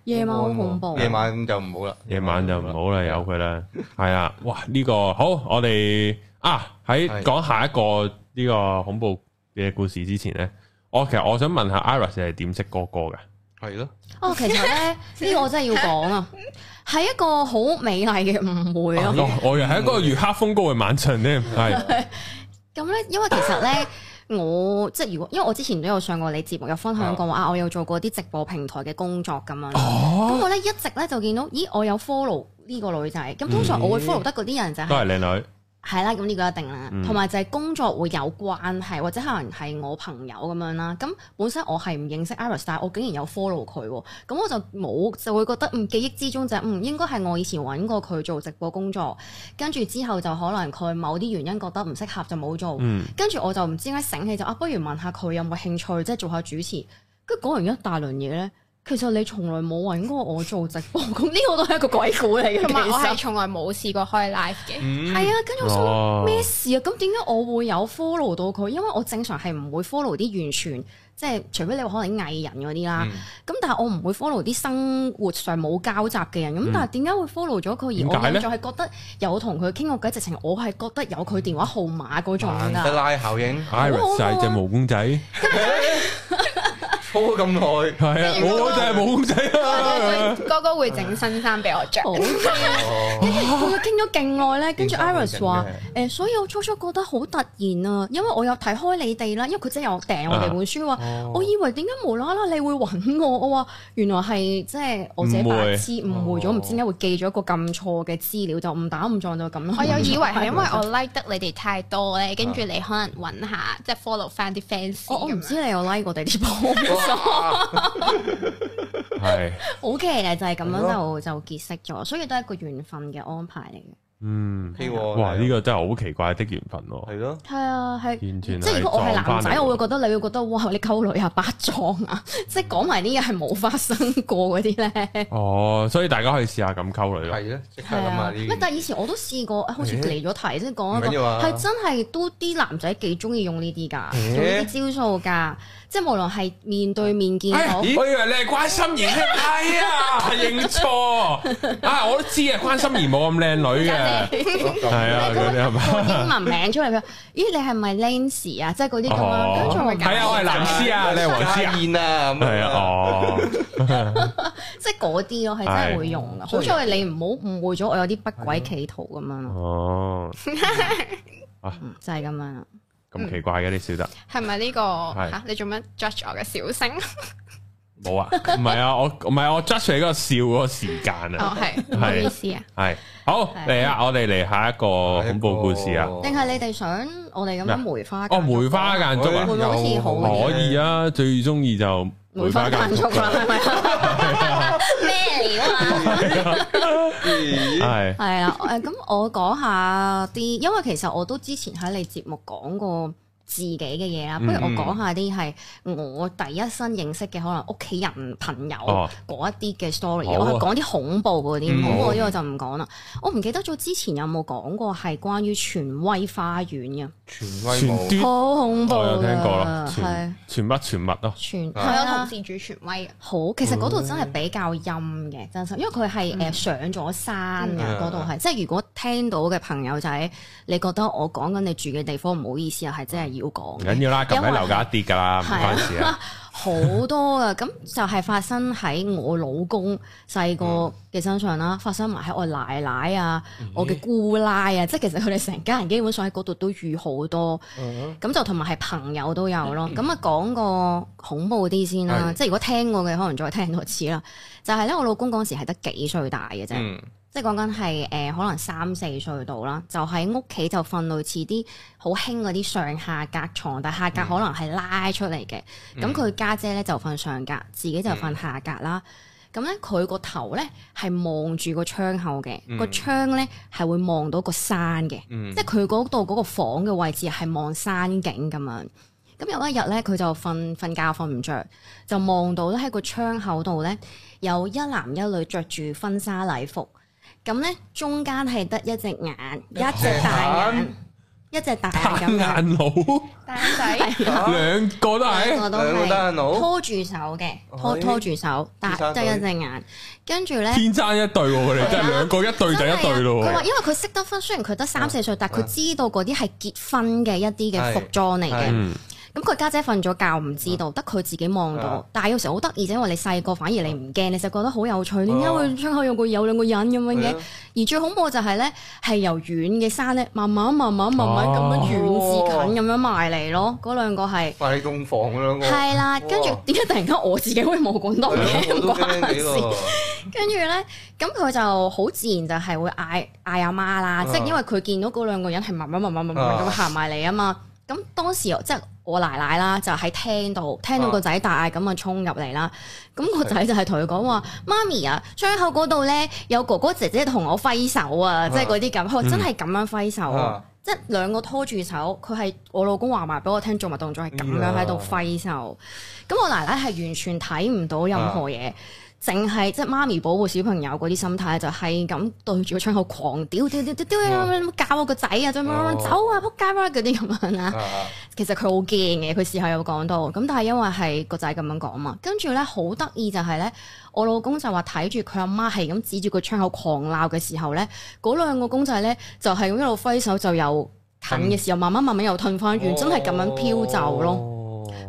Speaker 2: 夜晚好恐怖，
Speaker 3: 夜晚就唔好啦，
Speaker 1: 夜晚就唔好啦，由佢啦。系啊，哇！呢、個好，我哋啊喺
Speaker 3: 係
Speaker 1: 講下一個呢個恐怖嘅故事之前咧，我其實我想問下 Iris 你係點識哥哥嘅？
Speaker 3: 係咯，
Speaker 2: 哦，其實咧呢個我真係要講啊，係一個好美麗嘅誤會咯。
Speaker 1: 哦我又喺一個月黑風高嘅晚上咧， 係
Speaker 2: 咁咧，因為其實咧。 我即係如果，因為我之前都有上過你節目，有分享過話啊，我有做過啲直播平台嘅工作咁樣。咁
Speaker 1: 哦，
Speaker 2: 我咧一直咧就見到，咦，我有 follow 呢個女仔。
Speaker 1: 嗯
Speaker 2: 咁通常我會 follow 得嗰啲人就
Speaker 1: 都係
Speaker 2: 係
Speaker 1: 靚女，
Speaker 2: 係啦，咁呢個一定啦。
Speaker 1: 嗯
Speaker 2: 同埋就係工作會有關係，或者可能係我朋友咁樣啦。咁本身我係唔認識 Iris，但係我竟然有 follow 佢喎。咁我就冇就會覺得嗯記憶之中就係、嗯應該係我以前揾過佢做直播工作，跟住之後就可能佢某啲原因覺得唔適合就冇做。
Speaker 1: 嗯，
Speaker 2: 跟住我就唔知點解醒起就啊，不如問下佢有冇興趣，即係做下主持。跟住講完一大輪嘢咧，其實你從來冇揾過我做直播，咁呢個都係一個鬼故嚟嘅。
Speaker 4: 同埋我係
Speaker 2: 其實
Speaker 4: 從來冇試過開 live 嘅。
Speaker 2: 係
Speaker 3: 嗯
Speaker 2: 啊，跟住我心諗
Speaker 1: 哦，
Speaker 2: 咩事啊？咁點解我會有 follow 到佢？因為我正常係唔會 follow 啲完全即係除非你話可能藝人嗰啲啦。
Speaker 3: 嗯
Speaker 2: 咁但係我唔會 follow 啲生活上冇交集嘅人，咁、
Speaker 1: 嗯
Speaker 2: 但係點解會 follow 咗佢？
Speaker 1: 點
Speaker 2: 而
Speaker 1: 解
Speaker 2: 我
Speaker 1: 呢
Speaker 2: 印象係覺得有同佢傾過偈，直情我係覺得有佢電話號碼嗰種
Speaker 3: 曼德
Speaker 2: 㗎。
Speaker 3: 拉效應
Speaker 1: Iris 就係隻毛公仔，係
Speaker 3: 拖咁耐，
Speaker 1: 啊，我就係毛公仔啊！
Speaker 4: 哥哥會整新衫俾我着，
Speaker 2: 好
Speaker 3: 哦，
Speaker 2: 同佢傾咗勁耐 咧，跟住
Speaker 3: 點解會
Speaker 2: Iris 話
Speaker 3: 咁嘅
Speaker 2: 誒、所以我初初覺得好突然啊，因為我有睇開你哋啦，因為佢真係有訂我哋本書話，啊
Speaker 3: 哦
Speaker 2: 我以為點解無啦啦你會揾我，我話原來係即係我自己白痴誤會咗，
Speaker 3: 哦
Speaker 2: 唔知點解會記咗一個咁錯嘅資料，就誤打誤撞到咁咯。
Speaker 4: 我有以為係啊因為我 like 得你哋太多咧，跟住你可能揾下即係 follow 翻啲 fans
Speaker 2: 哦我我唔
Speaker 4: 咁樣
Speaker 2: 知你有 like 我哋啲 p
Speaker 3: 哇
Speaker 1: 係，
Speaker 2: 好嘅咧，就係咁
Speaker 3: 係
Speaker 2: 樣就
Speaker 3: 咯
Speaker 2: 就結識咗，所以都係一個緣分嘅安排嚟嘅。
Speaker 1: 嗯，
Speaker 3: 希望
Speaker 1: 哇！呢個真係好奇怪的緣分
Speaker 3: 係
Speaker 1: 喎，
Speaker 3: 咯，
Speaker 2: 係啊，係。
Speaker 1: 完全
Speaker 2: 即係如果我係男仔，我會
Speaker 1: 覺
Speaker 2: 覺得你會覺得哇，你溝女啊，八撞啊，即係講埋啲嘢係冇發生過嗰啲咧。
Speaker 1: 哦，所以大家可以試下咁溝女咯。
Speaker 3: 係咯，即刻
Speaker 2: 係
Speaker 3: 諗下
Speaker 2: 啊，
Speaker 3: 呢
Speaker 2: 乜
Speaker 3: 件
Speaker 2: 但係以前我都試過，好似
Speaker 3: 咦
Speaker 2: 離咗題，即係講
Speaker 3: 唔緊
Speaker 2: 一
Speaker 3: 要
Speaker 2: 個
Speaker 3: 啊
Speaker 2: 係真係都啲男仔幾中意用呢啲㗎，
Speaker 3: 咦
Speaker 2: 用呢啲招數㗎，即係無論係面對面見
Speaker 1: 哎呀
Speaker 2: 到。
Speaker 1: 我以為你係關心妍啫，哎呀，認錯啊！我都知啊，關心妍冇咁靚女嘅，
Speaker 3: 事，
Speaker 1: 係啊，嗰啲係嘛？
Speaker 2: 哎個英文名出嚟佢話咦，你係咪 Lens 啊？即係嗰啲咁樣，跟住我咪搞
Speaker 1: 係啊，我係藍絲啊，你係黃絲
Speaker 3: 家
Speaker 1: 啊，
Speaker 3: 燕啊，咁
Speaker 1: 係啊，哦，
Speaker 2: 即係嗰啲咯，係真係會用㗎。好彩你唔好誤會咗我有啲不軌企圖咁樣咯，
Speaker 1: 哦，
Speaker 2: 嗯就係咁樣啦。
Speaker 1: 咁奇怪嘅你笑得
Speaker 4: 係咪呢個
Speaker 1: 係
Speaker 4: 嚇？你做乜 judge 我嘅小聲？
Speaker 1: 冇啊？唔係啊，我唔係我 judge 你嗰個笑嗰個時間啊，
Speaker 4: 哦，
Speaker 1: 係
Speaker 4: 係唔好意思啊。
Speaker 1: 係好嚟啊！我哋嚟下一個恐怖故事啊！
Speaker 2: 定係你哋想我哋
Speaker 1: 咩
Speaker 2: 咁
Speaker 1: 啊
Speaker 2: 樣梅花間
Speaker 1: 哦，梅花間竹啊！
Speaker 2: 會好似好嘅
Speaker 1: 可以，啊，最中意就
Speaker 2: 梅花間
Speaker 1: 啊
Speaker 2: 竹啦，係咪啊咩料啊？
Speaker 3: 咦
Speaker 1: 係
Speaker 2: 係啦，誒咁我講下啲，因為其實我都之前喺你節目講過自己嘅嘢
Speaker 1: 嗯
Speaker 2: 啦，不如我講下啲係嗯我第一身認識嘅可能屋企人、朋友
Speaker 1: 哦
Speaker 2: 嗰一啲嘅 story，
Speaker 1: 好啊
Speaker 2: 我係講啲恐怖嗰
Speaker 3: 嗯
Speaker 2: 啲，恐怖呢個就唔講啦。我唔記得咗之前有冇講過係關於荃威花園
Speaker 3: 全
Speaker 1: 全
Speaker 3: 威武
Speaker 2: 嘅，
Speaker 1: 端
Speaker 2: 好恐怖
Speaker 1: 我嗯哦有聽過
Speaker 2: 㗎，
Speaker 1: 啦，
Speaker 2: 係
Speaker 1: 全全乜全物咯，
Speaker 2: 荃
Speaker 4: 我有
Speaker 2: 係啊
Speaker 4: 同事住權威嘅，
Speaker 2: 好，其實嗰度真係比較陰嘅，真心，因為佢係誒上咗山嘅
Speaker 3: 嗯
Speaker 2: 嗰度係，即係如果聽到嘅朋友仔，你覺得我講緊你住嘅地方，唔好意思啊，係真係要
Speaker 1: 唔
Speaker 2: 講
Speaker 1: 緊要啦，近排樓價跌㗎啦，唔
Speaker 2: 係
Speaker 1: 關事啊，
Speaker 2: 好多啊，咁就係發生喺我老公細
Speaker 3: 嗯
Speaker 2: 個嘅身上啦，發生埋喺我奶奶啊、我嘅姑奶啊，即係其實佢哋成家人基本上喺嗰度都遇好多，
Speaker 3: 嗯
Speaker 2: 咁就同埋係朋友都有 咯。咁啊講個恐怖啲先啦，
Speaker 3: 係
Speaker 2: 即係如果聽過嘅可能再聽多次啦。就係咧，我老公嗰時係得幾歲大嘅啫，
Speaker 3: 嗯，
Speaker 2: 即係講緊係誒可能三四歲到啦，就喺屋企就瞓類似啲好興嗰啲上下格床，但下格
Speaker 3: 嗯
Speaker 2: 可能係拉出嚟嘅。咁佢家姐咧就瞓上格，自己就
Speaker 3: 嗯
Speaker 2: 瞓下格啦。咁咧佢個頭咧係望住個窗口嘅，
Speaker 3: 嗯
Speaker 2: 個窗咧係會望到個山嘅，
Speaker 3: 嗯
Speaker 2: 即係佢嗰度嗰個房嘅位置係望山景咁樣。咁有一日咧，佢就瞓瞓覺瞓唔着，就望到咧喺個窗口度咧有一男一女着住婚 紗禮服，咁咧中間係得一隻眼，一隻大眼，一隻大
Speaker 1: 單
Speaker 2: 眼 咁樣，
Speaker 1: 眼 佬，
Speaker 4: 單仔
Speaker 1: 兩個都係，
Speaker 2: 我都
Speaker 3: 兩個單
Speaker 2: 係
Speaker 3: 眼佬
Speaker 2: 拖住手嘅，拖
Speaker 3: 哎
Speaker 2: 拖住手，但
Speaker 3: 天生
Speaker 2: 即
Speaker 3: 對
Speaker 2: 係一隻眼，跟住咧。
Speaker 1: 天生一對喎，佢哋真係兩個一對就一對咯
Speaker 2: 啊佢話
Speaker 1: 喎。
Speaker 2: 因為佢識得分，雖然佢得三四歲，但佢
Speaker 3: 啊
Speaker 2: 知道嗰啲係結婚嘅一啲嘅服裝嚟
Speaker 3: 係
Speaker 2: 嘅。
Speaker 1: 嗯，
Speaker 2: 咁佢家姐瞓咗覺唔知道，得佢自己望
Speaker 3: 啊
Speaker 2: 到。但係有時候好得意，啫，因為你細個反而你唔驚，你就覺得好有趣。點
Speaker 3: 哦
Speaker 2: 解會窗口有個有兩個人咁樣
Speaker 3: Ờ,
Speaker 2: 嘅？
Speaker 3: 啊
Speaker 2: 而最恐怖就係咧，係由遠嘅山咧，慢慢慢慢慢慢咁樣
Speaker 3: 哦
Speaker 2: 遠至近咁樣埋嚟咯。嗰兩個係
Speaker 3: 快你攻防嗰兩個，
Speaker 2: 係啦，跟住點解突然間我自己會冇管
Speaker 3: Ờ,
Speaker 2: 到嘅？
Speaker 3: 我都
Speaker 2: 唔關
Speaker 3: 驚你
Speaker 2: 事。
Speaker 3: 喎。
Speaker 2: 跟住咧，咁佢就好自然就係會嗌嗌阿媽啦，即係因為佢見到嗰兩個人係慢慢慢慢慢慢咁行埋嚟啊啊嘛。咁當時即係我奶奶啦，就喺廳度聽到個仔大嗌咁啊，衝入嚟啦。咁個仔就係同佢講話：媽咪啊，窗口嗰度咧有哥哥姐姐同我揮手啊，即係嗰啲咁。佢話真係咁樣揮手啊
Speaker 3: 啊，
Speaker 2: 即係兩個拖住手。佢係我老公話埋俾我聽，做埋動作係咁樣喺度揮手。咁我奶奶係完全睇唔到任何嘢。淨係即係媽咪保護小朋友嗰啲心態，就係咁對住個窗口狂屌屌屌屌屌教我個仔啊，咁樣走啊，撲街啦嗰啲咁樣啦。
Speaker 3: 啊
Speaker 2: 其實佢好驚嘅，佢事後有講到，咁但係因為係個仔咁樣講嘛，跟住咧好得意就係咧，我老公就話睇住佢阿媽係咁指住個窗口狂鬧嘅時候咧，嗰兩個公仔咧就係咁一路揮手就由近嘅時候慢慢慢慢又褪翻遠，真係咁樣飄走
Speaker 3: 哦
Speaker 2: 咯。
Speaker 3: 咯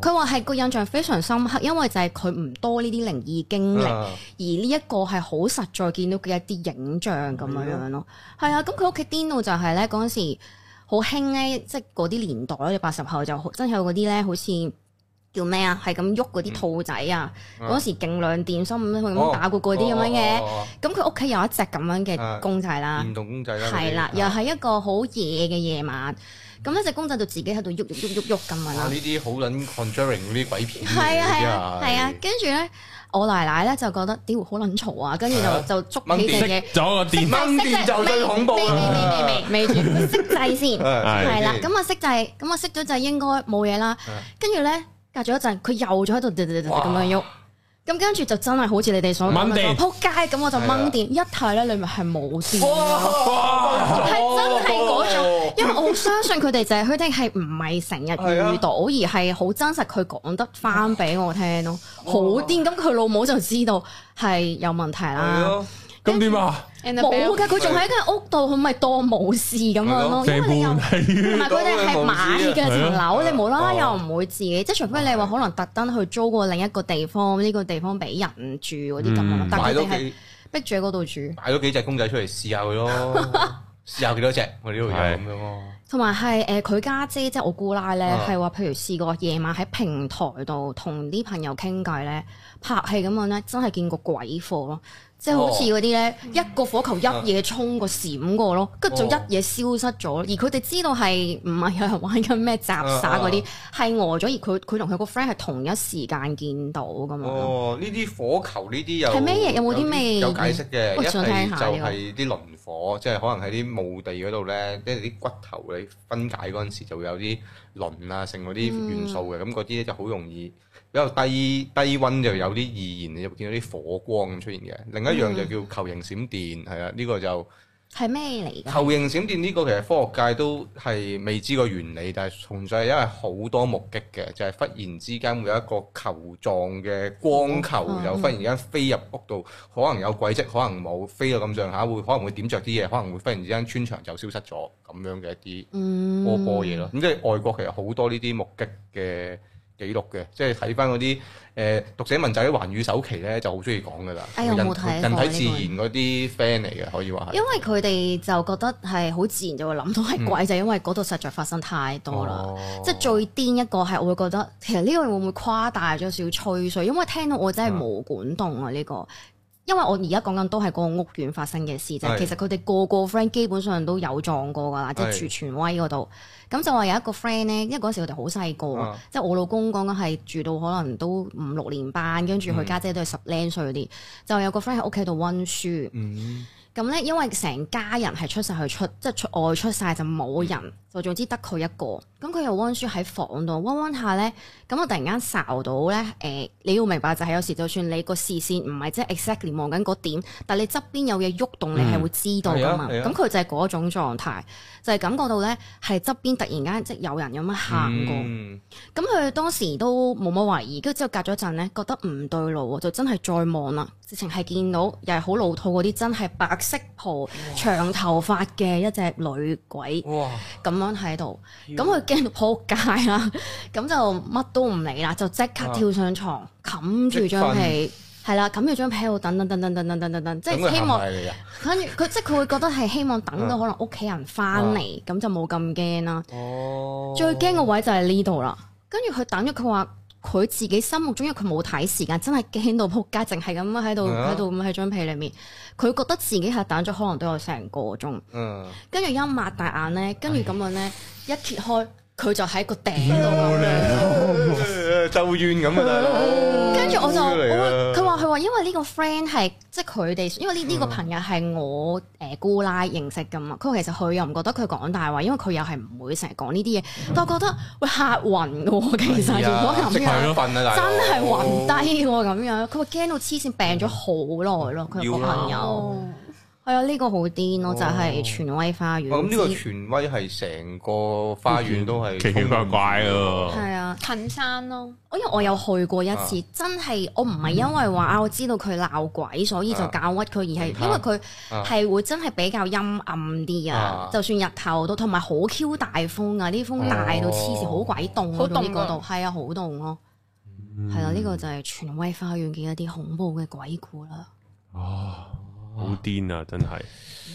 Speaker 2: 佢話係個印象非常深刻，因為就係佢唔多呢啲靈異經
Speaker 3: Ờ.
Speaker 2: 歷。而呢一個係好實在見到嘅一啲影像咁樣樣咯，係啊，咁佢屋企癲到就係咧嗰陣時好興咧，即係嗰啲年代咯，你八十後就好真係有嗰啲咧，好似叫咩啊，係咁喐嗰啲兔仔啊，哦
Speaker 3: 嗯
Speaker 2: 嗰陣時勁亮電芯咁樣打過嗰啲咁樣嘅，
Speaker 3: Ờ,
Speaker 2: 咁佢屋企有一隻咁樣
Speaker 3: 啊
Speaker 2: 嘅公仔啦，
Speaker 3: 電動公仔啦，
Speaker 2: 嗯係啦，啊又係一個好夜嘅夜晚，咁一隻公仔就自己喺度喐喐喐喐喐咁樣
Speaker 3: 哇！
Speaker 2: 啦
Speaker 3: 呢，啲好撚 conjuring 嗰啲鬼片嚟
Speaker 2: 係
Speaker 3: 嘅，
Speaker 2: 啊係啊係啊，跟住咧我奶奶咧就覺得屌好撚嘈啊，跟住
Speaker 3: 係啊
Speaker 2: 就就捉起隻
Speaker 3: 掹
Speaker 2: 嘢。
Speaker 1: 熄咗個電，
Speaker 3: 掹電就最恐怖
Speaker 2: 未
Speaker 3: 啦
Speaker 2: 未未未未未住，熄掣先，
Speaker 1: 係
Speaker 2: 係啦。咁啊熄掣，咁啊熄咗掣應該冇嘢啦
Speaker 3: 嗯。
Speaker 2: 跟住咧，隔咗一陣，佢又再喺度滴滴滴滴
Speaker 3: 哇
Speaker 2: 咁樣喐。咁跟住就真係好似你哋所講
Speaker 1: 掹電
Speaker 2: 嘅，撲街咁我就掹電，一睇咧你咪係冇電咯。
Speaker 3: 哇！
Speaker 2: 係真係嗰種，因為我好相信佢哋就係佢哋係唔係成日遇到，而係好真實佢講得翻俾我聽咯，好癲！咁佢老母就知道係有問題
Speaker 3: 係
Speaker 2: 啦。
Speaker 3: 咯，
Speaker 1: 咁點啊？
Speaker 2: 冇
Speaker 4: Annabelle
Speaker 2: 噶，佢仲喺間屋度，佢咪當冇事咁樣咯。因
Speaker 1: 成
Speaker 2: 為你又
Speaker 1: 半
Speaker 2: 唔
Speaker 1: 係
Speaker 2: 係佢哋係買嘅層樓，
Speaker 3: 係啊
Speaker 2: 你無啦啦又唔會自己，即係除非你話可能特登去租過另一個地方，呢個地方俾人住嗰啲咁樣咯
Speaker 1: 嗯。
Speaker 2: 但佢
Speaker 3: 買
Speaker 2: 哋
Speaker 3: 咗
Speaker 2: 係
Speaker 3: 幾
Speaker 2: 逼住喺嗰度住，
Speaker 3: 買咗幾隻公仔出嚟試下佢咯，試下幾多隻，我哋呢度有
Speaker 1: 係
Speaker 3: 咁樣咯。
Speaker 2: 同埋係誒佢家姐即係我姑奶咧
Speaker 3: 啊，
Speaker 2: 係話譬如試過夜晚喺平台度同啲朋友傾偈咧，拍戲咁樣咧，真係見過鬼火咯。即係
Speaker 3: 哦
Speaker 2: 好似嗰啲咧，一個火球一夜衝過閃過咯，跟住就
Speaker 3: 啊
Speaker 2: 一夜消失咗。而佢哋知道係唔係有人玩緊咩雜耍嗰
Speaker 3: 啊
Speaker 2: 啲，係呆咗。而佢佢同佢個 friend 係同一時間見到咁樣咯。
Speaker 3: 哦，呢啲火球呢啲有
Speaker 2: 嗯係咩嘢有冇啲咩
Speaker 3: 有解釋嘅？
Speaker 2: 我
Speaker 3: 一
Speaker 2: 想
Speaker 3: 係
Speaker 2: 聽下
Speaker 3: 就
Speaker 2: 呢個
Speaker 3: 係啲磷火，即係可能喺啲墓地嗰度咧，即係啲骨頭你分解嗰陣時就會有啲磷啊，剩嗰啲
Speaker 2: 嗯
Speaker 3: 元素嘅，咁嗰啲咧就好容易比較低低温就有啲易燃，你就會見到啲火光咁出現嘅。另一樣
Speaker 2: 嗯
Speaker 3: 就叫球形閃電，係啦，呢個就。
Speaker 2: 係咩嚟㗎？
Speaker 3: 球形閃電呢個其實科學界都係未知個原理，但係純粹係因為好多目擊嘅，就係、忽然之間會有一個球狀嘅光球，
Speaker 2: 嗯
Speaker 3: 就忽然間飛入屋度，可能有軌跡，可能冇，飛到咁上下會可能會點着啲嘢，可能會忽然之間穿牆就消失咗咁樣嘅一啲
Speaker 2: 嗯，
Speaker 3: 波波嘢咯。咁、即係外國其實好多呢啲目擊嘅記錄嘅，即係睇翻嗰啲誒讀者文仔環宇首期咧就好中意講㗎啦，
Speaker 2: 哎呀
Speaker 3: 人
Speaker 2: 我冇睇過
Speaker 3: 人
Speaker 2: 呢
Speaker 3: 體
Speaker 2: 個
Speaker 3: 自然嗰啲 friend 嚟嘅，可以話係
Speaker 2: 因。為佢哋就覺得係好自然就會諗到係鬼，就因為嗰度實在發生太多啦。
Speaker 3: 嗯哦
Speaker 2: 即係最癲一個係，我會覺得其實呢個會唔會誇大咗少少吹水？因為聽到我真係冇管動啊呢個，因為我而家講緊都係嗰個屋苑發生嘅事啫。
Speaker 3: 係
Speaker 2: 其實佢哋個個 friend 基本上都有撞過㗎啦，即係
Speaker 3: 係
Speaker 2: 住荃威嗰度。咁就話有一個 friend 咧，因為嗰時佢哋好細個啊
Speaker 3: 啊，
Speaker 2: 即係我老公講緊係住到可能都五六年班，跟住佢家姐都係十零歲嗰啲，就有個 friend 喺屋企度温書。
Speaker 3: 嗯，嗯
Speaker 2: 咁咧，因為成家人係出晒去出，即係出外出晒就冇人就總之得佢一個，咁佢又温書喺房度温温下咧，咁我突然間睄到咧，誒、你要明白就係有時就算你個視線唔係即係 exactly 望緊嗰點，但你側邊有嘢喐動，你係會知道噶嘛。
Speaker 3: 嗯係啊係啊
Speaker 2: 咁佢、就係嗰種狀態，就係、感覺到咧係側邊突然間即係有人咁樣行過。
Speaker 3: 嗯
Speaker 2: 咁佢當時都冇乜懷疑，跟住之後隔咗一陣咧，覺得唔對路喎，就真係再望啦，直情係見到又係好老土嗰啲，真係白色袍、長頭髮嘅一隻女鬼
Speaker 3: 哇，
Speaker 2: 咁樣喺度，咁佢驚到仆街啦，咁就乜都唔理啦，就即刻跳上床，冚住張被，係啦，冚住張被喺度等等等等等等等等等，即係希望。
Speaker 3: 你啊！
Speaker 2: 跟住佢即係佢會覺得係希望等到可能屋企人翻嚟，咁就冇咁驚啦。
Speaker 3: 哦，
Speaker 2: 最驚個位就係呢度啦。跟住佢等咗，佢話佢自己心目中，因為佢冇睇時間，真係驚到仆街，淨係咁樣喺度
Speaker 3: 係啊
Speaker 2: 喺度咁喺張被裏面。佢覺得自己係等咗可能都有成個鐘，
Speaker 3: 嗯，
Speaker 2: 跟住一擘大眼咧，跟住咁樣咧一揭開，佢就喺個頂度咁樣。
Speaker 3: 咒怨咁啊，大佬
Speaker 2: 跟住我就
Speaker 3: 嚟啊
Speaker 2: 我
Speaker 3: 啦
Speaker 2: 佢話佢話因為呢個 friend 係即係佢哋，因為呢
Speaker 3: 嗯
Speaker 2: 呢個朋友係我誒姑奶認識噶嘛。佢話其實佢又唔覺得佢講大話，因為佢又係唔會成日講呢啲嘢。但我覺得喂嚇暈嘅喎，其
Speaker 1: 啊
Speaker 2: 實如果咁
Speaker 3: 即刻
Speaker 2: 樣。
Speaker 3: 瞓啊，大
Speaker 2: 真
Speaker 3: 佬
Speaker 2: 係暈低喎咁樣，佢話驚到黐線，病咗好耐咯。佢個
Speaker 3: 要啦
Speaker 2: 朋友係啊，呢個好癲咯，就係荃威花園。
Speaker 3: 哇哦咁呢個
Speaker 2: 唔知
Speaker 3: 權威係成個花園都係
Speaker 1: 嗯奇奇怪怪咯。
Speaker 2: 係啊，
Speaker 4: 近山咯，
Speaker 2: 我因為我有去過一
Speaker 1: 啊
Speaker 2: 次，真係我唔係因為
Speaker 1: 嗯
Speaker 2: 話啊，我知道佢鬧鬼，所以就
Speaker 1: 啊
Speaker 2: 教屈佢，而係因為佢
Speaker 3: 啊
Speaker 2: 係會真係比較陰暗啲啊
Speaker 3: 啊。
Speaker 2: 就算日頭都，同埋好 Q 大風啊，啲風大到黐線，好鬼
Speaker 1: 哦
Speaker 2: 凍啊
Speaker 4: 好凍
Speaker 2: 總之嗰
Speaker 4: 㗎
Speaker 2: 度，係啊，好凍咯。
Speaker 1: 嗯
Speaker 2: 係啦，呢個就係荃威花園嘅一啲恐怖嘅鬼故啦。
Speaker 1: 好癲啊！真係。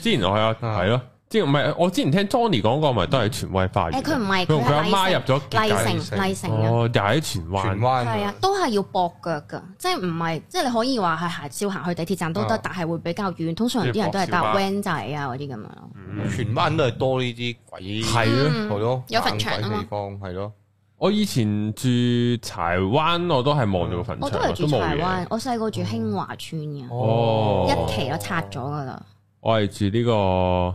Speaker 1: 之前我有係咯，之前唔係我之前聽 Johnny 講過，咪都係荃威花園。
Speaker 2: 誒佢唔係
Speaker 1: 佢同佢阿
Speaker 2: 佢係
Speaker 1: 媽
Speaker 2: 麗
Speaker 1: 入咗
Speaker 2: 麗
Speaker 1: 結界
Speaker 2: 城，麗城啊，
Speaker 1: 哦，又喺荃
Speaker 3: 荃
Speaker 1: 灣。
Speaker 3: 灣
Speaker 2: 係啊，都係要駁腳噶，即係唔係即係你可以話係行照行去地鐵站都得
Speaker 3: 啊，
Speaker 2: 但係會比較遠。通常啲人都係搭 van 仔啊嗰啲咁樣咯。
Speaker 3: 荃灣都係多呢啲鬼，
Speaker 1: 係咯，
Speaker 2: 嗯
Speaker 3: 係咯，
Speaker 4: 有墳場啊嘛
Speaker 3: 猛鬼地方係咯，
Speaker 1: 我以前住柴灣，我啊都係望住個
Speaker 2: 嗯
Speaker 1: 墳
Speaker 2: 我都
Speaker 1: 場，
Speaker 2: 係住
Speaker 1: 冇
Speaker 2: 柴灣
Speaker 1: 嘢。，
Speaker 2: 我細個住興華村嘅，
Speaker 1: 哦
Speaker 2: 一期都拆咗噶啦，
Speaker 1: 我係住呢個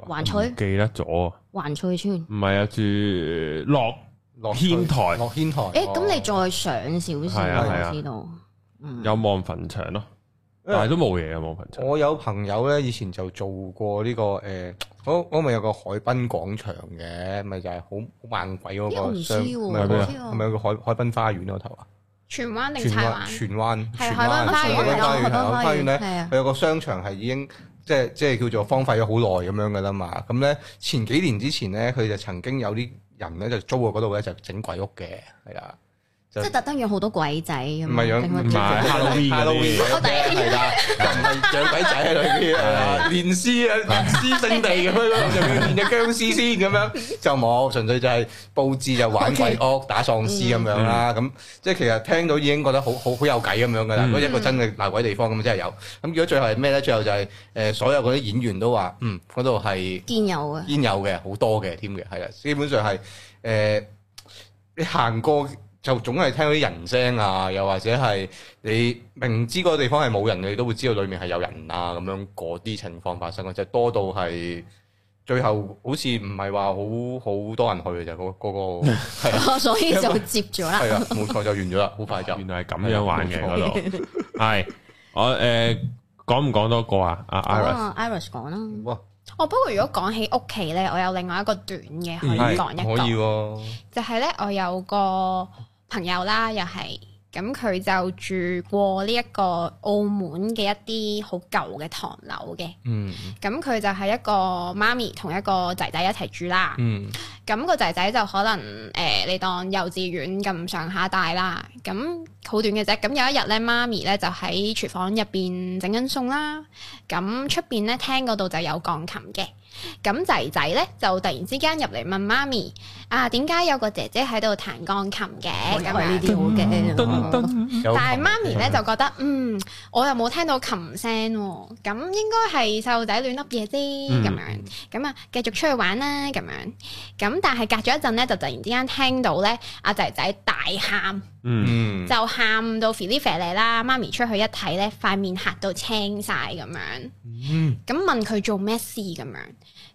Speaker 2: 環翠
Speaker 1: 唔記得咗，
Speaker 2: 環翠村。
Speaker 1: 唔係啊，住落
Speaker 3: 落
Speaker 1: 天台
Speaker 3: 落天台。
Speaker 2: 誒，咁你再上少
Speaker 1: 哦係
Speaker 2: 少
Speaker 1: 啊係啊
Speaker 2: 我知道，嗯，
Speaker 1: 有望墳場咯，但係都冇嘢啊，望墳場。
Speaker 3: 我有朋友咧，以前就做過呢、個誒、我我咪有個海濱廣場嘅，咪就係好好猛鬼嗰
Speaker 2: 咦我唔
Speaker 3: 個
Speaker 2: 知喎
Speaker 3: 商，咪有個
Speaker 1: 我唔
Speaker 2: 知喎
Speaker 3: 係咪有個海海濱花園嗰頭啊？
Speaker 4: 荃灣定
Speaker 3: 荃
Speaker 4: 柴
Speaker 3: 灣
Speaker 4: 灣？
Speaker 3: 荃灣
Speaker 4: 係
Speaker 3: 荃
Speaker 4: 海
Speaker 3: 灣
Speaker 4: 濱花園
Speaker 2: 係啊
Speaker 3: 海濱花園係海濱花園咧，
Speaker 2: 係啊
Speaker 3: 佢有個商場係已經即係即係叫做荒廢咗好耐咁樣噶啦嘛。咁咧前幾年之前咧，佢就曾經有啲人咧就租過嗰度咧就整鬼屋嘅，係啦。
Speaker 2: 即係特登養好多鬼仔咁樣。
Speaker 3: 唔係養
Speaker 2: 定係
Speaker 1: 唔係 Halloween 嗰啲
Speaker 3: Halloween 嗰啲係啦，就唔係養鬼仔喺裏邊，係啦，連屍啊，連屍聖地咁樣咯，就要變咗僵屍先咁樣，就冇，純粹就係佈置就玩鬼屋、打喪屍咁樣啦。咁即係其實聽到已經覺得好好好有計咁樣㗎啦。
Speaker 1: 嗯
Speaker 3: 嗰一個真嘅鬧鬼地方咁真係有。咁如果最後係咩咧？最後就係誒所有嗰啲演員都話，嗯，嗰度係。
Speaker 2: 見有啊嘅。
Speaker 3: 煙有嘅，好多嘅添嘅，係啦，基本上係誒、呃你行過就總係聽到啲人聲啊，又或者係你明知嗰個地方係冇人，你都會知道裡面係有人啊咁樣嗰啲情況發生嘅，就多到係最後好似唔係話好好多人去嘅就嗰嗰個係 啦，
Speaker 2: 所以就接咗啦。
Speaker 3: 係啦，啊冇錯就完咗啦，好快就
Speaker 1: 原來係咁樣玩嘅嗰度，係我誒講唔講多個啊？阿 Iris
Speaker 2: 啊，Iris 講啦，
Speaker 3: 哇，
Speaker 4: 哦，不過如果講起屋企咧，我有另外一個短嗯嘅可以
Speaker 3: 係
Speaker 4: 講一
Speaker 3: 可
Speaker 4: 個。
Speaker 3: 以喎，
Speaker 4: 就係咧，我有個朋友啦，又係咁佢就住過呢一個澳門嘅一啲好舊嘅唐樓嘅，
Speaker 3: 嗯
Speaker 4: 咁佢就係一個媽咪同一個仔仔一齊住啦。
Speaker 3: 嗯
Speaker 4: 咁、個仔仔就可能誒、呃你當幼稚園咁上下大啦，咁好短嘅啫。咁有一日咧，媽咪咧就喺廚房入邊整緊餸啦，咁出邊咧廳嗰度就有鋼琴嘅。咁仔仔咧就突然之間入嚟問媽咪：啊，點解有個姐姐喺度彈鋼琴嘅？咁
Speaker 2: 哦因為呢
Speaker 4: 樣。
Speaker 2: 啲好驚啊。
Speaker 1: 噔噔
Speaker 3: 有
Speaker 4: 但係
Speaker 1: 啊
Speaker 4: 媽咪咧就覺得，嗯，我又冇聽到琴聲喎，咁應該係細路仔亂笠嘢啫，
Speaker 1: 嗯
Speaker 4: 咁樣，咁啊繼續出去玩啦，咁樣，咁但係隔咗一陣咧，就突然之間聽到咧阿仔仔大喊，
Speaker 1: 嗯
Speaker 3: 嗯
Speaker 4: 就喊到 f i l i f 嚟啦，媽咪出去一睇咧，塊面嚇到青晒咁樣，
Speaker 3: 嗯
Speaker 4: 咁問佢做咩事咁樣，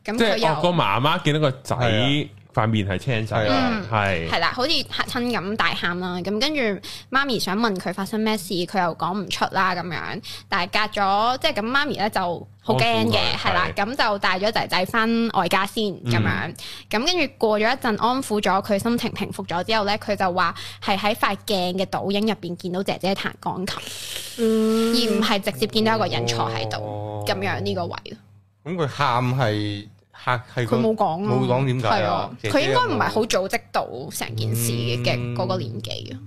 Speaker 4: 咁
Speaker 1: 即
Speaker 4: 佢
Speaker 1: 係我個
Speaker 4: 又
Speaker 1: 媽媽見到個仔
Speaker 3: 係啊
Speaker 1: 塊面係青晒，
Speaker 3: 係
Speaker 4: 啊
Speaker 1: 係
Speaker 4: 係啦，好似嚇親咁大喊啦。咁跟住媽咪想問佢發生咩事，佢又講唔出啦咁樣。但係隔咗即係咁，媽咪咧就好
Speaker 1: 安
Speaker 4: 驚
Speaker 1: 撫
Speaker 4: 嘅，
Speaker 1: 佢
Speaker 4: 係啦
Speaker 1: 係。
Speaker 4: 咁就帶咗仔仔翻外家先咁
Speaker 3: 嗯
Speaker 4: 樣。咁跟住過咗一陣安撫咗佢，心情平復咗之後咧，佢就話係喺塊鏡嘅倒影入邊見到姐姐彈鋼琴，而唔係直接見到一個人坐喺度
Speaker 3: 度
Speaker 4: 咁樣呢個位。
Speaker 3: 咁佢喊係嚇係個
Speaker 4: 佢冇講啊，
Speaker 3: 冇講點解
Speaker 4: 係
Speaker 3: 啊
Speaker 4: 啊？
Speaker 3: 姐姐
Speaker 4: 佢應該唔係好
Speaker 3: 有冇
Speaker 4: 組織到成件事嘅
Speaker 3: 嗯
Speaker 4: 嗰個年紀啊。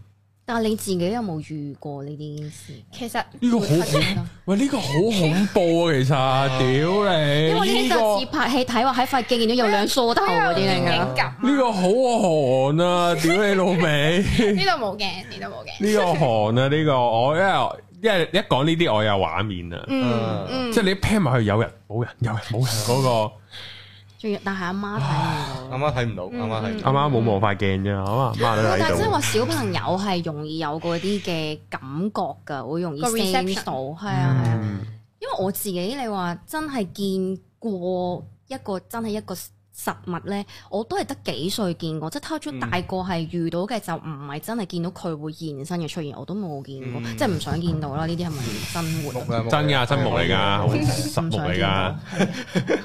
Speaker 2: 但係你自己有冇遇過呢啲事？
Speaker 4: 其實
Speaker 1: 呢個好恐，喂呢個好恐怖啊！其實， 屌你，
Speaker 2: 因為呢
Speaker 1: 呢
Speaker 2: 啲就
Speaker 1: 個
Speaker 2: 自拍戲睇話喺塊鏡見到有兩梳頭嗰啲嚟㗎。
Speaker 4: 感啊
Speaker 1: 呢個好寒啊！屌你老味，
Speaker 4: 呢度冇嘅，呢度冇嘅。
Speaker 1: 呢個寒啊！呢個我因為因為一講呢啲我有畫面啊，
Speaker 4: 嗯嗯，
Speaker 1: 即係你一 p 埋去有人冇人有人冇人嗰個。
Speaker 2: 仲要，但係阿媽睇唔到。
Speaker 3: 啱啱睇唔到，啱啱睇唔
Speaker 1: 啱
Speaker 3: 到。
Speaker 1: 啱冇望塊鏡啫，阿媽阿媽都
Speaker 2: 但
Speaker 1: 喺
Speaker 2: 係即係
Speaker 1: 度。
Speaker 2: 話小朋友係容易有嗰啲嘅感覺㗎，會容易
Speaker 4: 個 reception
Speaker 2: sense 到，係
Speaker 1: 嗯
Speaker 2: 啊係啊。
Speaker 3: 嗯
Speaker 2: 因為我自己你話真係見過一個真係一個實物咧，我都係得幾歲見過，即係偷
Speaker 1: 嗯
Speaker 2: 咗大個係遇到嘅就唔係真係見到佢會現身嘅出現，我都冇見過，
Speaker 3: 嗯
Speaker 2: 即係唔想見到啦。呢啲係咪生活啊？
Speaker 1: 真㗎真木嚟
Speaker 3: 啊
Speaker 1: 㗎好實
Speaker 2: 唔
Speaker 1: 木
Speaker 2: 想
Speaker 1: 嚟㗎
Speaker 2: 見 到，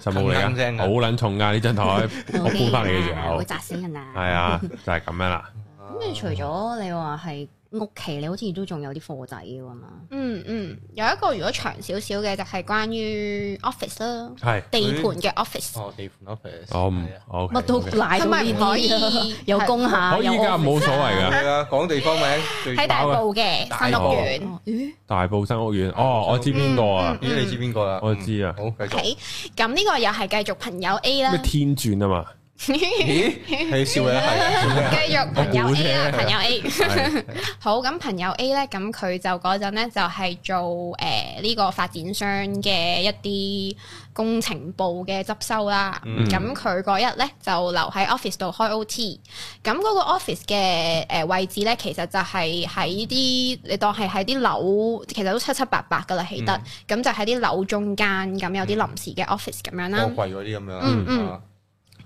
Speaker 1: 實冇嚟
Speaker 3: 鏗鏗聲
Speaker 1: 㗎，
Speaker 3: 㗎
Speaker 1: 好撚重㗎呢張台，我搬翻嚟嘅時
Speaker 2: 會
Speaker 1: 候，
Speaker 2: 砸死人啊！
Speaker 1: 係啊，就係咁樣啦。
Speaker 2: 咁跟住除咗你話係屋企，你好似都仲有啲貨仔㗎嘛？
Speaker 4: 嗯嗯，有一個如果長少少嘅就係關於 office 啦，
Speaker 1: 係，
Speaker 4: 地盤嘅 office，
Speaker 3: 哦，地盤 office。
Speaker 1: 我唔
Speaker 3: 係啊，
Speaker 1: 我
Speaker 2: 乜都
Speaker 1: OK，OK
Speaker 2: 賴
Speaker 4: 係
Speaker 2: 到
Speaker 4: 咪
Speaker 2: 呢
Speaker 4: 唔
Speaker 2: 啲
Speaker 4: 可以
Speaker 2: 啊 有工下，
Speaker 1: 可以
Speaker 2: 有
Speaker 1: 㗎，
Speaker 2: office
Speaker 1: 冇所謂㗎。
Speaker 3: 係啊，講地方名最
Speaker 4: 喺大
Speaker 3: 飽啊
Speaker 4: 埔嘅
Speaker 3: 大
Speaker 4: 新
Speaker 1: 埔
Speaker 4: 屋苑。
Speaker 2: 哦咦？
Speaker 1: 大埔新屋苑，哦，我知邊個啊？
Speaker 4: 嗯
Speaker 3: 咦，你知邊個啦？
Speaker 1: 我知啊
Speaker 3: 嗯好， 繼續。
Speaker 4: OK，咁呢個又係繼續朋友 A 啦
Speaker 1: 咩，天轉啊嘛？
Speaker 3: 咦，你笑你一 係。
Speaker 4: 繼續朋友 A 啦，
Speaker 3: 我估啫
Speaker 4: 朋友 A。
Speaker 1: 係
Speaker 4: 好，咁朋友 A 咧，咁佢就嗰陣咧就係做誒呢個發展商嘅一啲工程部嘅執修啦。
Speaker 3: 嗯
Speaker 4: 咁佢嗰日咧就留喺 office 度開 OT。咁嗰個 office 嘅誒位置咧，其實就係喺啲你當係喺啲樓，其實都七七八八噶啦，起
Speaker 3: 嗯
Speaker 4: 得。咁、就喺啲樓中間，咁有啲臨時嘅 office 咁樣啦。
Speaker 3: 貨櫃嗰啲咁樣啊。
Speaker 4: 嗯嗯
Speaker 3: 啊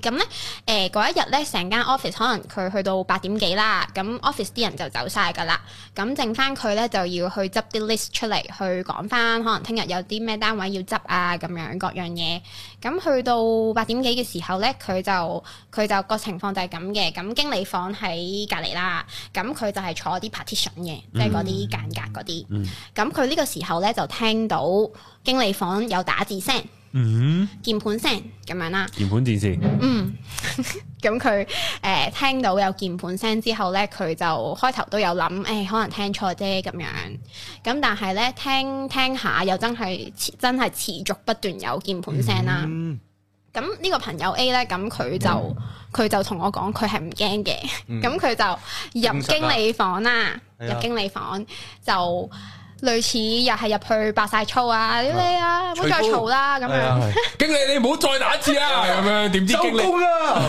Speaker 4: 咁咧，誒嗰一日咧，成間 office 可能佢去到八點幾啦，咁 office 啲人就走晒㗎啦，咁剩翻佢咧就要去執啲 list 出嚟，去講翻可能聽日有啲咩單位要執啊，咁樣各樣嘢。咁去到八點幾嘅時候咧，佢就佢就個情況就係咁嘅，咁經理房喺隔離啦，咁佢就係坐啲 partition 嘅，即係嗰啲間隔嗰啲
Speaker 1: 嗯。
Speaker 4: 咁佢呢個時候咧就聽到經理房有打字聲、
Speaker 1: 嗯，
Speaker 4: 鍵盤聲咁樣啦。
Speaker 1: 鍵盤戰士，
Speaker 4: 嗯， 咁佢誒聽到有鍵盤聲之後咧，佢就開頭都有諗，誒、可能聽錯啫咁樣。咁但係咧聽聽下又真係持真係持續不斷有鍵盤聲啦。
Speaker 3: 嗯
Speaker 4: 咁呢、個朋友 A 咧，咁佢就佢、就同我講佢係唔驚嘅，
Speaker 3: 嗯
Speaker 4: 咁佢、就入
Speaker 3: 證實啦
Speaker 4: 經理房啦，
Speaker 3: 係啊
Speaker 4: 入經理房就。類似又係入去白晒粗啊！你啊，唔好再
Speaker 3: 除
Speaker 4: 嘈啦咁
Speaker 3: 係
Speaker 4: 樣
Speaker 3: 啊。
Speaker 1: 經理你唔好再打字啦，咁樣點知經理
Speaker 3: 收工啦！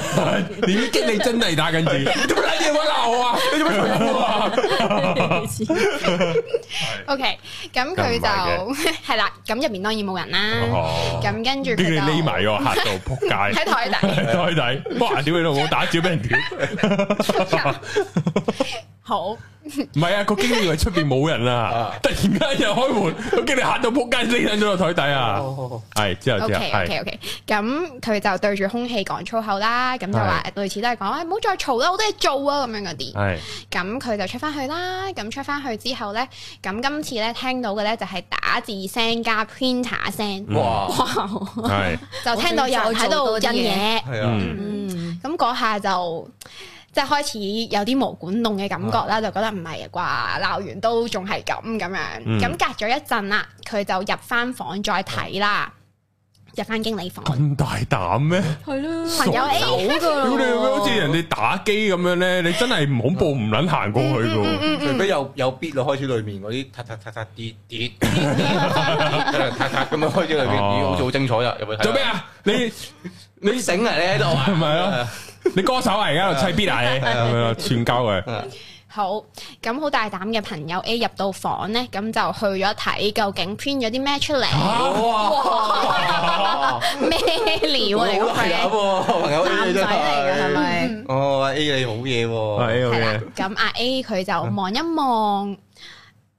Speaker 1: 點知經理真係打緊字，你做乜嘢揾鬧啊？你做乜嘈我啊？
Speaker 4: O K，咁
Speaker 1: 咁
Speaker 4: 佢就 係啦，咁入面當然冇人啦。
Speaker 1: 哦
Speaker 4: 咁跟住
Speaker 1: 經
Speaker 4: 佢
Speaker 1: 理
Speaker 4: 就
Speaker 1: 匿埋喎，嚇到仆街。
Speaker 4: 喺台底。
Speaker 1: 台底，哇！屌你老母，打照俾人屌。
Speaker 4: 好，
Speaker 1: 唔係啊，個經理以為出邊冇人啊
Speaker 3: 啊，
Speaker 1: 突然間又開門，個經理嚇到仆街，匿緊咗落台底啊。
Speaker 3: 哦
Speaker 1: 係之後
Speaker 4: OK
Speaker 1: 之後
Speaker 4: OK
Speaker 1: 係
Speaker 4: OK，咁佢就對住空氣講粗口啦，咁就
Speaker 1: 啊
Speaker 4: 話類似都係講，哎唔好再嘈啦，好多嘢做啊，咁樣嗰啲。
Speaker 1: 係
Speaker 4: 咁佢就出翻去啦，咁出翻去之後咧，咁今次咧聽到嘅咧就係打字聲加 printer
Speaker 1: 嗯
Speaker 4: 聲，
Speaker 3: 哇，
Speaker 1: 係
Speaker 4: 就聽到有人喺度印嘢。
Speaker 3: 係啊，
Speaker 1: 嗯
Speaker 2: 嗯，
Speaker 4: 咁嗰下就即係開始有啲毛管戙嘅感覺
Speaker 3: 啊
Speaker 4: 啦，就覺得唔係啩，鬧完都仲係咁咁樣。
Speaker 1: 嗯
Speaker 4: 咁隔咗一陣啦，佢就入翻房再睇啦，入翻經理房。
Speaker 1: 咁大膽咩？
Speaker 2: 係咯，
Speaker 4: 朋友哎 A
Speaker 1: 屌你老母，好似人哋打機咁樣咧，你真係唔恐怖唔撚行過去
Speaker 4: 嗯嗯
Speaker 1: 噶。
Speaker 4: 嗯
Speaker 3: 除非有有 beat 咯，開始裏面嗰啲突突突突跌 跌，突突咁樣開始裏面，
Speaker 1: 哦
Speaker 3: 咦，好似好精彩啊！有冇睇？
Speaker 1: 做咩？啊？你
Speaker 3: 你醒啊！你喺度啊？
Speaker 1: 係咪啊
Speaker 3: 係啊？
Speaker 1: 你歌手啊，而家喺度砌 B 啊你，咁樣咯串交佢。
Speaker 4: 嗯好，咁好大膽嘅朋友 A 入到房呢，咁就去咗睇究竟 print 咗啲咩出嚟，
Speaker 3: 啊
Speaker 1: 啊
Speaker 3: 哇！
Speaker 4: 咩料啊你個
Speaker 3: 好大
Speaker 4: friend？
Speaker 3: 膽喎，朋友 A
Speaker 2: 男仔
Speaker 3: 真
Speaker 2: 嚟嘅係
Speaker 3: 係。
Speaker 2: 咪？
Speaker 3: 哦阿，A 你好嘢喎，
Speaker 1: 係啊
Speaker 4: 係啊啦
Speaker 1: OK，
Speaker 4: 咁阿 A 佢就望一望，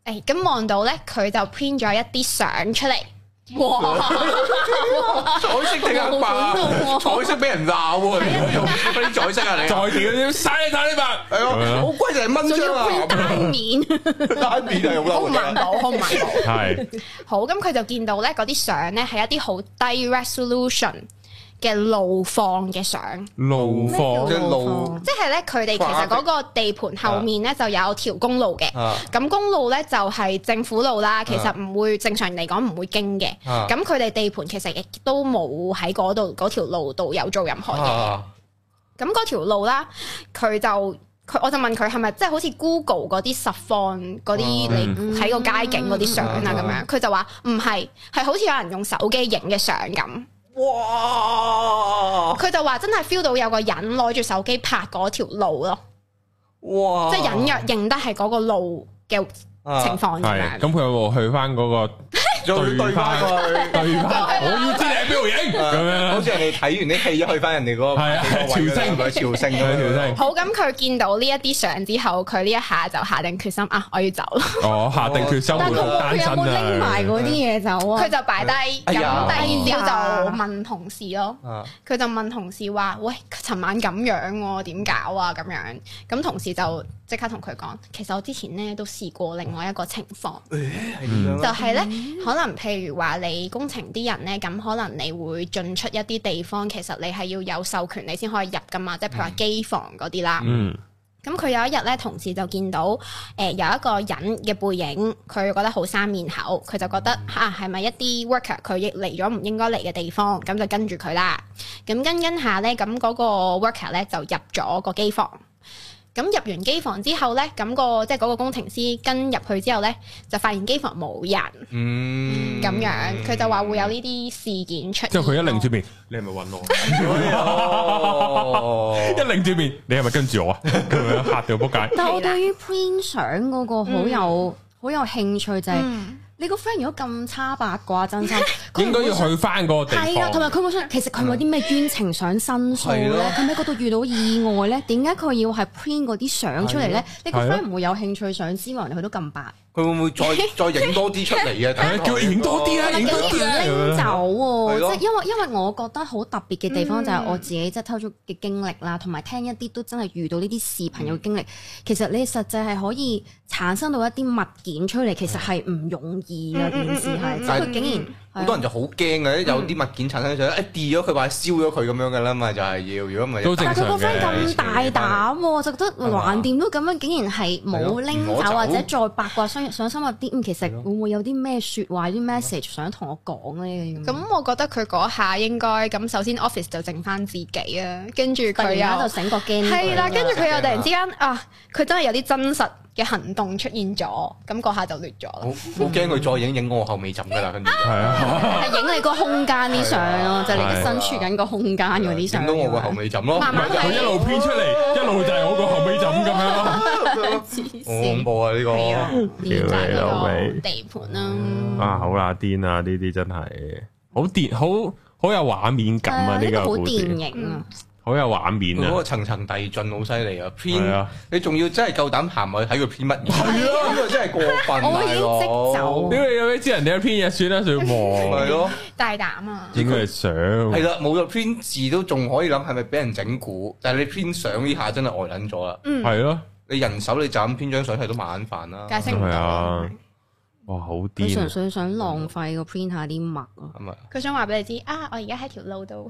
Speaker 4: 誒咁望到呢，佢就 print 咗一啲相出嚟，
Speaker 3: 彩色定黑白
Speaker 2: 好恐怖喎
Speaker 3: 啊？彩色俾人鬧喎，
Speaker 4: 啊
Speaker 3: 你唔好用嗰啲彩色啊
Speaker 1: 再
Speaker 3: 你。
Speaker 1: 屌你晒你大呢白，
Speaker 3: 係啊，好鬼就係蚊
Speaker 2: 仲
Speaker 3: 章
Speaker 2: 要 print
Speaker 3: 啊
Speaker 2: 單面，
Speaker 3: 單面係好嬲
Speaker 4: 好唔
Speaker 3: 嘅
Speaker 4: 環。保，好唔環保。
Speaker 1: 係
Speaker 4: 好，咁佢就見到咧嗰啲相咧係一啲好低 resolution 嘅路況嘅相，
Speaker 1: 路
Speaker 3: 即
Speaker 1: 況
Speaker 3: 係
Speaker 1: 哦
Speaker 3: 路
Speaker 4: 即係咧佢哋其實嗰個地盤後面咧就有條公路嘅。
Speaker 3: 啊
Speaker 4: 咁公路咧就係政府路啦，其實唔會正常嚟講唔會經嘅。
Speaker 3: 啊
Speaker 4: 咁佢哋地盤其實亦都冇喺嗰度嗰條路度有做任何嘢。
Speaker 3: 啊
Speaker 4: 咁嗰條路啦，佢就佢我就問佢係咪即係好似 Google 嗰啲實況嗰啲
Speaker 1: 嗯
Speaker 4: 你睇個街景嗰啲相啊咁樣，佢就話唔係，係好似有人用手機影嘅相咁。
Speaker 3: 哇
Speaker 4: 佢就話真係 feel 到有個人攞住手機拍嗰條路咯，
Speaker 3: 哇！啊
Speaker 4: 即係隱約認得係嗰個路嘅情
Speaker 3: 情
Speaker 4: 況咁
Speaker 1: 係
Speaker 4: 樣。
Speaker 1: 咁佢有冇去翻嗰個
Speaker 3: 再對翻佢。
Speaker 1: 對翻？我要知你喺邊度影咁樣
Speaker 3: 好
Speaker 1: 啦
Speaker 3: 似人哋睇完啲戲咗去翻人哋嗰個
Speaker 1: 係啊啊
Speaker 3: 嗰個位嗰度朝聖咁樣
Speaker 1: 朝聖
Speaker 4: 好咁，佢見到呢一啲相之後，佢呢一下就下定決心啊，我要走啦。
Speaker 1: 哦，下定決心
Speaker 2: 但
Speaker 1: 活
Speaker 2: 係佢
Speaker 1: 到
Speaker 2: 佢
Speaker 1: 單
Speaker 2: 有冇拎
Speaker 1: 身啊
Speaker 2: 埋！嗰啲嘢走啊？
Speaker 4: 佢就擺低，
Speaker 3: 哎
Speaker 4: 咁
Speaker 3: 呀
Speaker 4: 第二
Speaker 2: 哎
Speaker 4: 朝
Speaker 2: 呀
Speaker 4: 就問同事咯。
Speaker 3: 啊
Speaker 4: 佢就問同事話：喂，尋晚咁樣喎、點搞啊？咁樣咁同事就即刻同佢講，其實我之前咧都試過另外一個情況，
Speaker 3: 係咁樣啊
Speaker 4: 就
Speaker 3: 啦
Speaker 4: 係咧，可能譬如話你工程啲人咧，咁可能你會進出一啲地方，其實你係要有授權你先可以入噶嘛，即係譬如話機房嗰啲啦。
Speaker 1: 嗯，
Speaker 4: 咁佢有一日咧，同事就見到誒、有一個人嘅背影，佢覺得好生面口，佢就覺得嚇係咪一啲 worker 佢亦嚟咗唔應該嚟嘅地方，咁就跟住佢啦。咁跟跟下咧，咁嗰個 worker 咧就入咗個機房。咁入完機房之後咧，咁、個即係嗰個工程師跟入去之後咧，就發現機房冇人
Speaker 3: 嗯
Speaker 4: 咁樣，佢就話會有呢啲事件出現。
Speaker 1: 之後佢一擰住面，你係咪揾我？
Speaker 3: 哦
Speaker 1: 一擰住面，你係咪跟住我啊？ 咁樣嚇到仆街。
Speaker 2: 但我對於 print 相嗰個好有好有興趣，就係
Speaker 4: 嗯
Speaker 2: 你個 friend 如果咁差八卦， 真心佢
Speaker 1: 應該要去翻嗰個地
Speaker 2: 係啊，同埋
Speaker 1: 方。
Speaker 2: 佢冇想，其實佢有冇啲咩冤情想申訴
Speaker 3: 係咯
Speaker 2: 咧？佢喺嗰度遇到意外咧？點解佢要係 print 嗰啲相出嚟咧？你個
Speaker 1: 係咯
Speaker 2: friend 唔會有興趣想知話人哋去到咁白，
Speaker 3: 佢會唔會再再影多啲出嚟啊？
Speaker 1: 係啊叫佢影多啲啦，
Speaker 2: 但
Speaker 1: 影
Speaker 2: 係
Speaker 1: 多
Speaker 2: 竟
Speaker 1: 啲啦
Speaker 2: 然拎
Speaker 1: 咁樣。
Speaker 2: 走喎！
Speaker 3: 係
Speaker 2: 即
Speaker 3: 咯
Speaker 2: 係因為因為我覺得好特別嘅地方
Speaker 4: 嗯
Speaker 2: 就係我自己即係偷咗嘅經歷啦，同埋聽一啲都真係遇到呢啲事朋友嘅經歷，其實你實際係可以產生到一啲物件出嚟，其實係唔容易嘅
Speaker 4: 嗯嗯嗯
Speaker 2: 件事係，
Speaker 4: 嗯
Speaker 2: 即
Speaker 4: 嗯
Speaker 2: 係
Speaker 3: 嗯
Speaker 2: 佢竟
Speaker 3: 好
Speaker 2: 然
Speaker 3: 多人就好驚嘅，有啲物件產生咗，一跌咗佢或者燒咗佢咁樣噶啦嘛，就係要如果唔係
Speaker 1: 都正
Speaker 2: 但係佢
Speaker 1: 常
Speaker 2: 個 friend
Speaker 1: 嘅。
Speaker 2: 咁大膽喎，就覺得
Speaker 3: 嘛
Speaker 2: 橫掂都咁樣，竟然係冇拎
Speaker 3: 係咯唔
Speaker 2: 走
Speaker 3: 攞走
Speaker 2: 或者再八卦想想深入啲，嗯，其
Speaker 3: 係
Speaker 2: 實
Speaker 3: 咯
Speaker 2: 會唔會有啲咩説話、啲 message 想同我講咧？
Speaker 4: 咁我覺得佢嗰下應該咁，首先 office 就剩翻自己啊，跟住
Speaker 2: 突然
Speaker 4: 佢
Speaker 2: 間
Speaker 4: 又
Speaker 2: 就。醒個驚，
Speaker 4: 係啦，跟住佢又突然
Speaker 3: 啊
Speaker 4: 之間啊，佢真係有啲真實嘅行動出現咗，咁嗰下就亂咗
Speaker 3: 好
Speaker 4: 啦。
Speaker 3: 好驚佢再影影我後尾枕噶啦，跟住
Speaker 1: 係啊，
Speaker 2: 係影你個空間啲相咯，就係你嘅身處緊個空間嗰啲相。
Speaker 3: 影到我個後尾枕咯，
Speaker 4: 慢
Speaker 2: 啊
Speaker 4: 慢
Speaker 1: 佢一路編出嚟，一路就係我個後尾枕咁樣咯。
Speaker 3: 好恐怖啊呢個，
Speaker 4: 係啊，
Speaker 1: 屌
Speaker 4: 就係
Speaker 1: 你老
Speaker 4: 嗰
Speaker 1: 味
Speaker 4: 個地盤啦。
Speaker 1: 啊，好啦，癲啊！呢啲真係好癲，好好有畫面感啊！呢
Speaker 2: 個
Speaker 1: 個
Speaker 2: 好
Speaker 1: 故
Speaker 2: 電
Speaker 1: 事
Speaker 2: 影啊！
Speaker 1: 好有畫面
Speaker 3: 嗰
Speaker 1: 啊
Speaker 3: 個！層層遞進好犀利啊
Speaker 1: 係
Speaker 3: ，print
Speaker 1: 啊
Speaker 3: 你仲要真係夠膽行去睇佢 print 乜嘢？係啊，呢個真係過分啊，
Speaker 2: 我已經
Speaker 3: 大佬
Speaker 2: 即走
Speaker 1: 屌你有咩知人哋一篇嘢算啦，算
Speaker 3: 係
Speaker 1: 望
Speaker 3: 咯，
Speaker 4: 大膽啊！
Speaker 1: 應該係相。
Speaker 3: 係啦，冇咗 print 字都仲可以諗係咪俾人整蠱，但係你 print 相呢下真係呆撚咗啦。
Speaker 1: 係咯，
Speaker 3: 你人手你就咁編張相係都晚飯啦，
Speaker 4: 解釋唔
Speaker 1: 係
Speaker 4: 到
Speaker 1: 啊，哇，好
Speaker 2: 佢
Speaker 1: 癲
Speaker 2: 純
Speaker 1: 啊！
Speaker 2: 粹想浪費個 print 下啲墨啊，
Speaker 3: 咁啊，
Speaker 4: 佢想話俾你知啊，我而家喺條路度。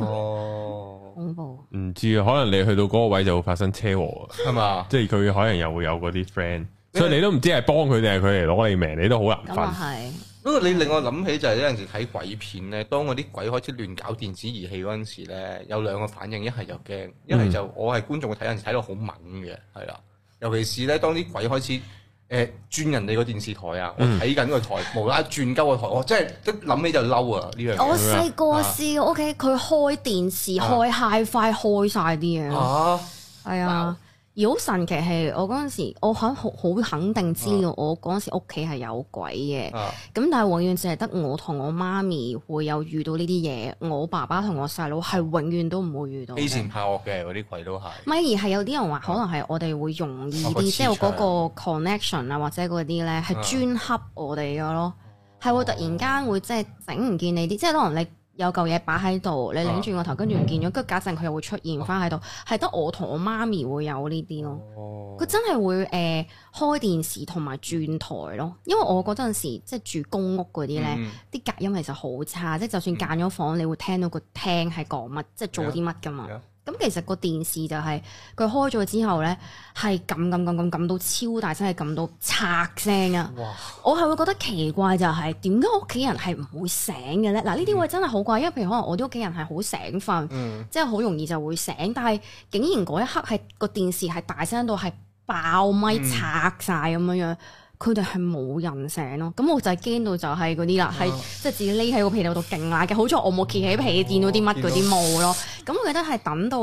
Speaker 3: 哦，
Speaker 2: 恐怖。
Speaker 1: 唔知啊，可能你去到嗰個位就會發生車禍啊，
Speaker 3: 係嘛，
Speaker 1: 即係佢可能又會有嗰啲 friend，所以你都唔知係幫佢定係佢嚟攞你命，你都好難
Speaker 2: 咁啊
Speaker 1: 分。
Speaker 2: 係，
Speaker 3: 不過你令我諗起就係有陣時睇鬼片咧，當嗰啲鬼開始亂搞電子儀器嗰陣時咧，有兩個反應，一係就驚，一係就我係觀眾睇有陣時睇到好猛嘅，係啦，尤其是咧當啲鬼開始誒、呃、轉人哋個電視台啊，我
Speaker 1: 嗯
Speaker 3: 睇緊個台，無啦啦轉鳩個台，我真係一諗起就嬲啊呢樣
Speaker 2: 我
Speaker 3: 嘢
Speaker 2: 細個試過屋啊企佢開電視開 HiFi 開晒啲嘢，
Speaker 3: 啊！
Speaker 2: 係啊，而好神奇係，我嗰陣時我肯好好肯定知道我嗰陣時屋企係有鬼嘅，咁、
Speaker 3: 啊
Speaker 2: 但係永遠淨係得我同我媽咪會有遇到呢啲嘢，我爸爸同我細佬係永遠都唔會遇到嘅。
Speaker 3: 欺善怕惡嘅嗰啲鬼都係。
Speaker 2: 咪而係有啲人話，可能係我哋會容易
Speaker 3: 啊哦個
Speaker 2: 啲，
Speaker 3: 磁
Speaker 2: 即係有嗰
Speaker 3: 場
Speaker 2: 個 connection 啊，或者嗰啲咧係專恰我哋嘅咯，
Speaker 3: 哦
Speaker 2: 係會突然間會即係整唔見你啲，即係可能你有嚿嘢擺喺度，
Speaker 3: 啊
Speaker 2: 你擰轉個頭，跟住唔見咗，跟住假陣佢又會出現翻喺度，係得我同我媽咪會有呢啲咯。
Speaker 3: 哦
Speaker 2: 佢真係會誒、呃、開電視同埋轉台咯，因為我嗰陣時即係住公屋嗰啲咧，
Speaker 3: 嗯
Speaker 2: 啲、隔音其實好差，即係就算間咗房，你會聽到個廳係講乜，即係做啲乜噶嘛
Speaker 3: 係啊。
Speaker 2: 咁其實個電視就係、佢開咗之後咧，係撳撳撳撳撳到超大聲，係撳到拆聲 啊！
Speaker 3: 哇！
Speaker 2: 我係會覺得奇怪就係點解屋企人係唔會醒嘅咧？嗱呢啲位真係好怪，因為譬如可能我啲屋企人係好醒瞓，
Speaker 3: 嗯，
Speaker 2: 即係好容易就會醒，但係竟然嗰一刻係個電視係大聲到係爆咪
Speaker 3: 嗯
Speaker 2: 拆晒咁樣樣。佢哋係冇人醒咯，咁我就係驚到就係嗰啲
Speaker 3: 嗯
Speaker 2: 啦，係即係自己匿喺個被竇度勁嗌嘅，好彩我冇揭起被，見到啲乜嗰啲霧咯。咁我記得係等到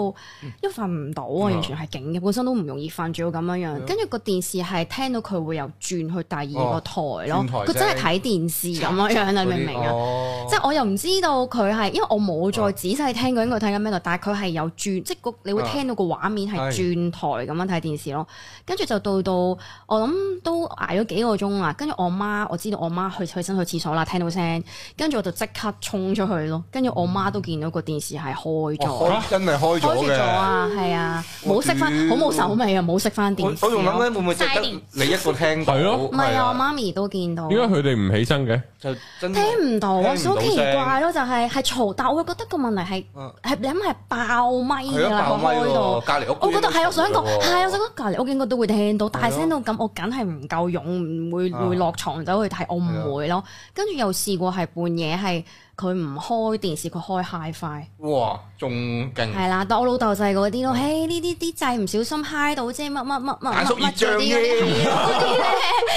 Speaker 2: 因為瞓唔到啊，
Speaker 3: 嗯
Speaker 2: 完全係勁嘅，本身都唔容易瞓，仲要咁樣樣。跟住個電視係聽到佢會又轉去第二個
Speaker 3: 哦
Speaker 2: 台咯
Speaker 3: 轉，台
Speaker 2: 佢真係
Speaker 3: 啫
Speaker 2: 睇電視咁樣樣啦，
Speaker 3: 嗰
Speaker 2: 你
Speaker 3: 啲
Speaker 2: 明唔明啊？
Speaker 3: 哦
Speaker 2: 即係我又唔知道佢係，因為我冇
Speaker 3: 啊
Speaker 2: 再仔細聽究竟佢睇緊咩度，但係佢係有轉，即係個你會聽到個畫面係
Speaker 3: 係
Speaker 2: 轉台咁樣睇電視咯。跟住就到到我諗都捱咗幾個鐘啦。跟住我媽，我知道我媽去起身去廁所啦，聽到聲，跟住我就即刻衝出去咯。跟住我媽都見到個電視係開咗，
Speaker 3: 哦開真係
Speaker 2: 開
Speaker 3: 開咗
Speaker 2: 住咗
Speaker 3: 嘅。
Speaker 2: 啊，係啊，冇熄翻，好
Speaker 3: 我屌嗯
Speaker 2: 冇手尾啊，冇熄翻電
Speaker 3: 我我
Speaker 2: 視
Speaker 3: 仲
Speaker 2: 咯。
Speaker 3: 諗緊會唔會淨得你一個聽到？
Speaker 1: 係咯
Speaker 2: 唔係啊，我媽咪都見到。
Speaker 1: 點解佢哋唔起身嘅？
Speaker 3: 就真係
Speaker 2: 聽唔到啊，
Speaker 3: 嗯聽唔
Speaker 2: 所以好
Speaker 3: 到
Speaker 2: 奇怪咯，就係係嘈，但我會覺得個問題係
Speaker 3: 嗯
Speaker 2: 係你諗係爆咪
Speaker 3: 係
Speaker 2: 㗎
Speaker 3: 咯，
Speaker 2: 啦，
Speaker 3: 爆
Speaker 2: 佢
Speaker 3: 咪
Speaker 2: 開
Speaker 3: 喎，
Speaker 2: 到。
Speaker 3: 隔離屋。
Speaker 2: 啊我覺得係，啊我想講係，我想
Speaker 3: 想。
Speaker 2: 講隔離屋應該都會聽到，
Speaker 3: 係咯
Speaker 2: 大聲到咁，我梗係唔夠勇，唔會
Speaker 3: 啊
Speaker 2: 會落床走去睇，我唔會咯。跟住又試過係半夜係佢唔開電視，佢開 HiFi，
Speaker 3: 哇，仲勁！
Speaker 2: 係啊啦。但我老豆就係嗰啲
Speaker 3: 嗯
Speaker 2: 咯，嘿呢啲啲掣唔小心 high 到啫，乜乜乜乜
Speaker 3: 眼
Speaker 2: 乜
Speaker 3: 熟熱
Speaker 2: 乜嗰
Speaker 3: 脹
Speaker 2: 啲嗰啲係啊嗰啲咧，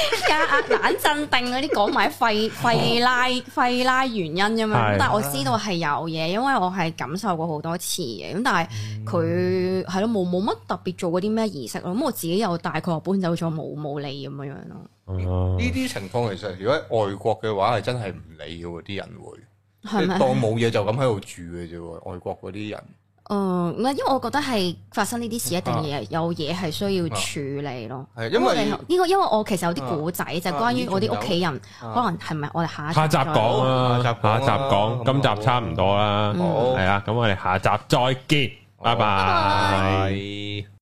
Speaker 2: 加眼啊鎮定嗰啲講埋廢廢拉廢拉原因咁樣。
Speaker 1: 哦係
Speaker 2: 但係我知道係有嘢，因為我係感受過好多次嘅。咁但係
Speaker 1: 嗯
Speaker 2: 佢係咯，冇冇乜特別做過啲咩儀式咯。咁我自己又大概又搬走咗，冇冇理咁樣樣咯。
Speaker 1: 哦
Speaker 3: 呢啲情況其實如果喺外國嘅話係真係唔理嘅喎，啲人會
Speaker 2: 係
Speaker 3: 即
Speaker 2: 咪
Speaker 3: 係？當冇嘢就咁喺度住嘅啫喎。外國嗰啲人
Speaker 2: 嗯，唔係，因為我覺得係發生呢啲事，一定
Speaker 1: 啊
Speaker 2: 嘢有嘢係需要處理咯。
Speaker 3: 係
Speaker 2: 因
Speaker 3: 因
Speaker 2: 為
Speaker 3: 為
Speaker 2: 呢個，因為我其實有
Speaker 1: 啊
Speaker 2: 啲古仔就係關於我啲屋企人，
Speaker 3: 啊
Speaker 2: 可能係咪我哋下一
Speaker 1: 下集
Speaker 2: 再
Speaker 1: 講啦，
Speaker 3: 下
Speaker 1: 下
Speaker 3: 集講啦
Speaker 1: 集講，今集差唔多啦，
Speaker 2: 嗯
Speaker 3: 好
Speaker 1: 係啦，咁我哋下集再見，拜
Speaker 3: 拜
Speaker 1: 拜。
Speaker 3: 係。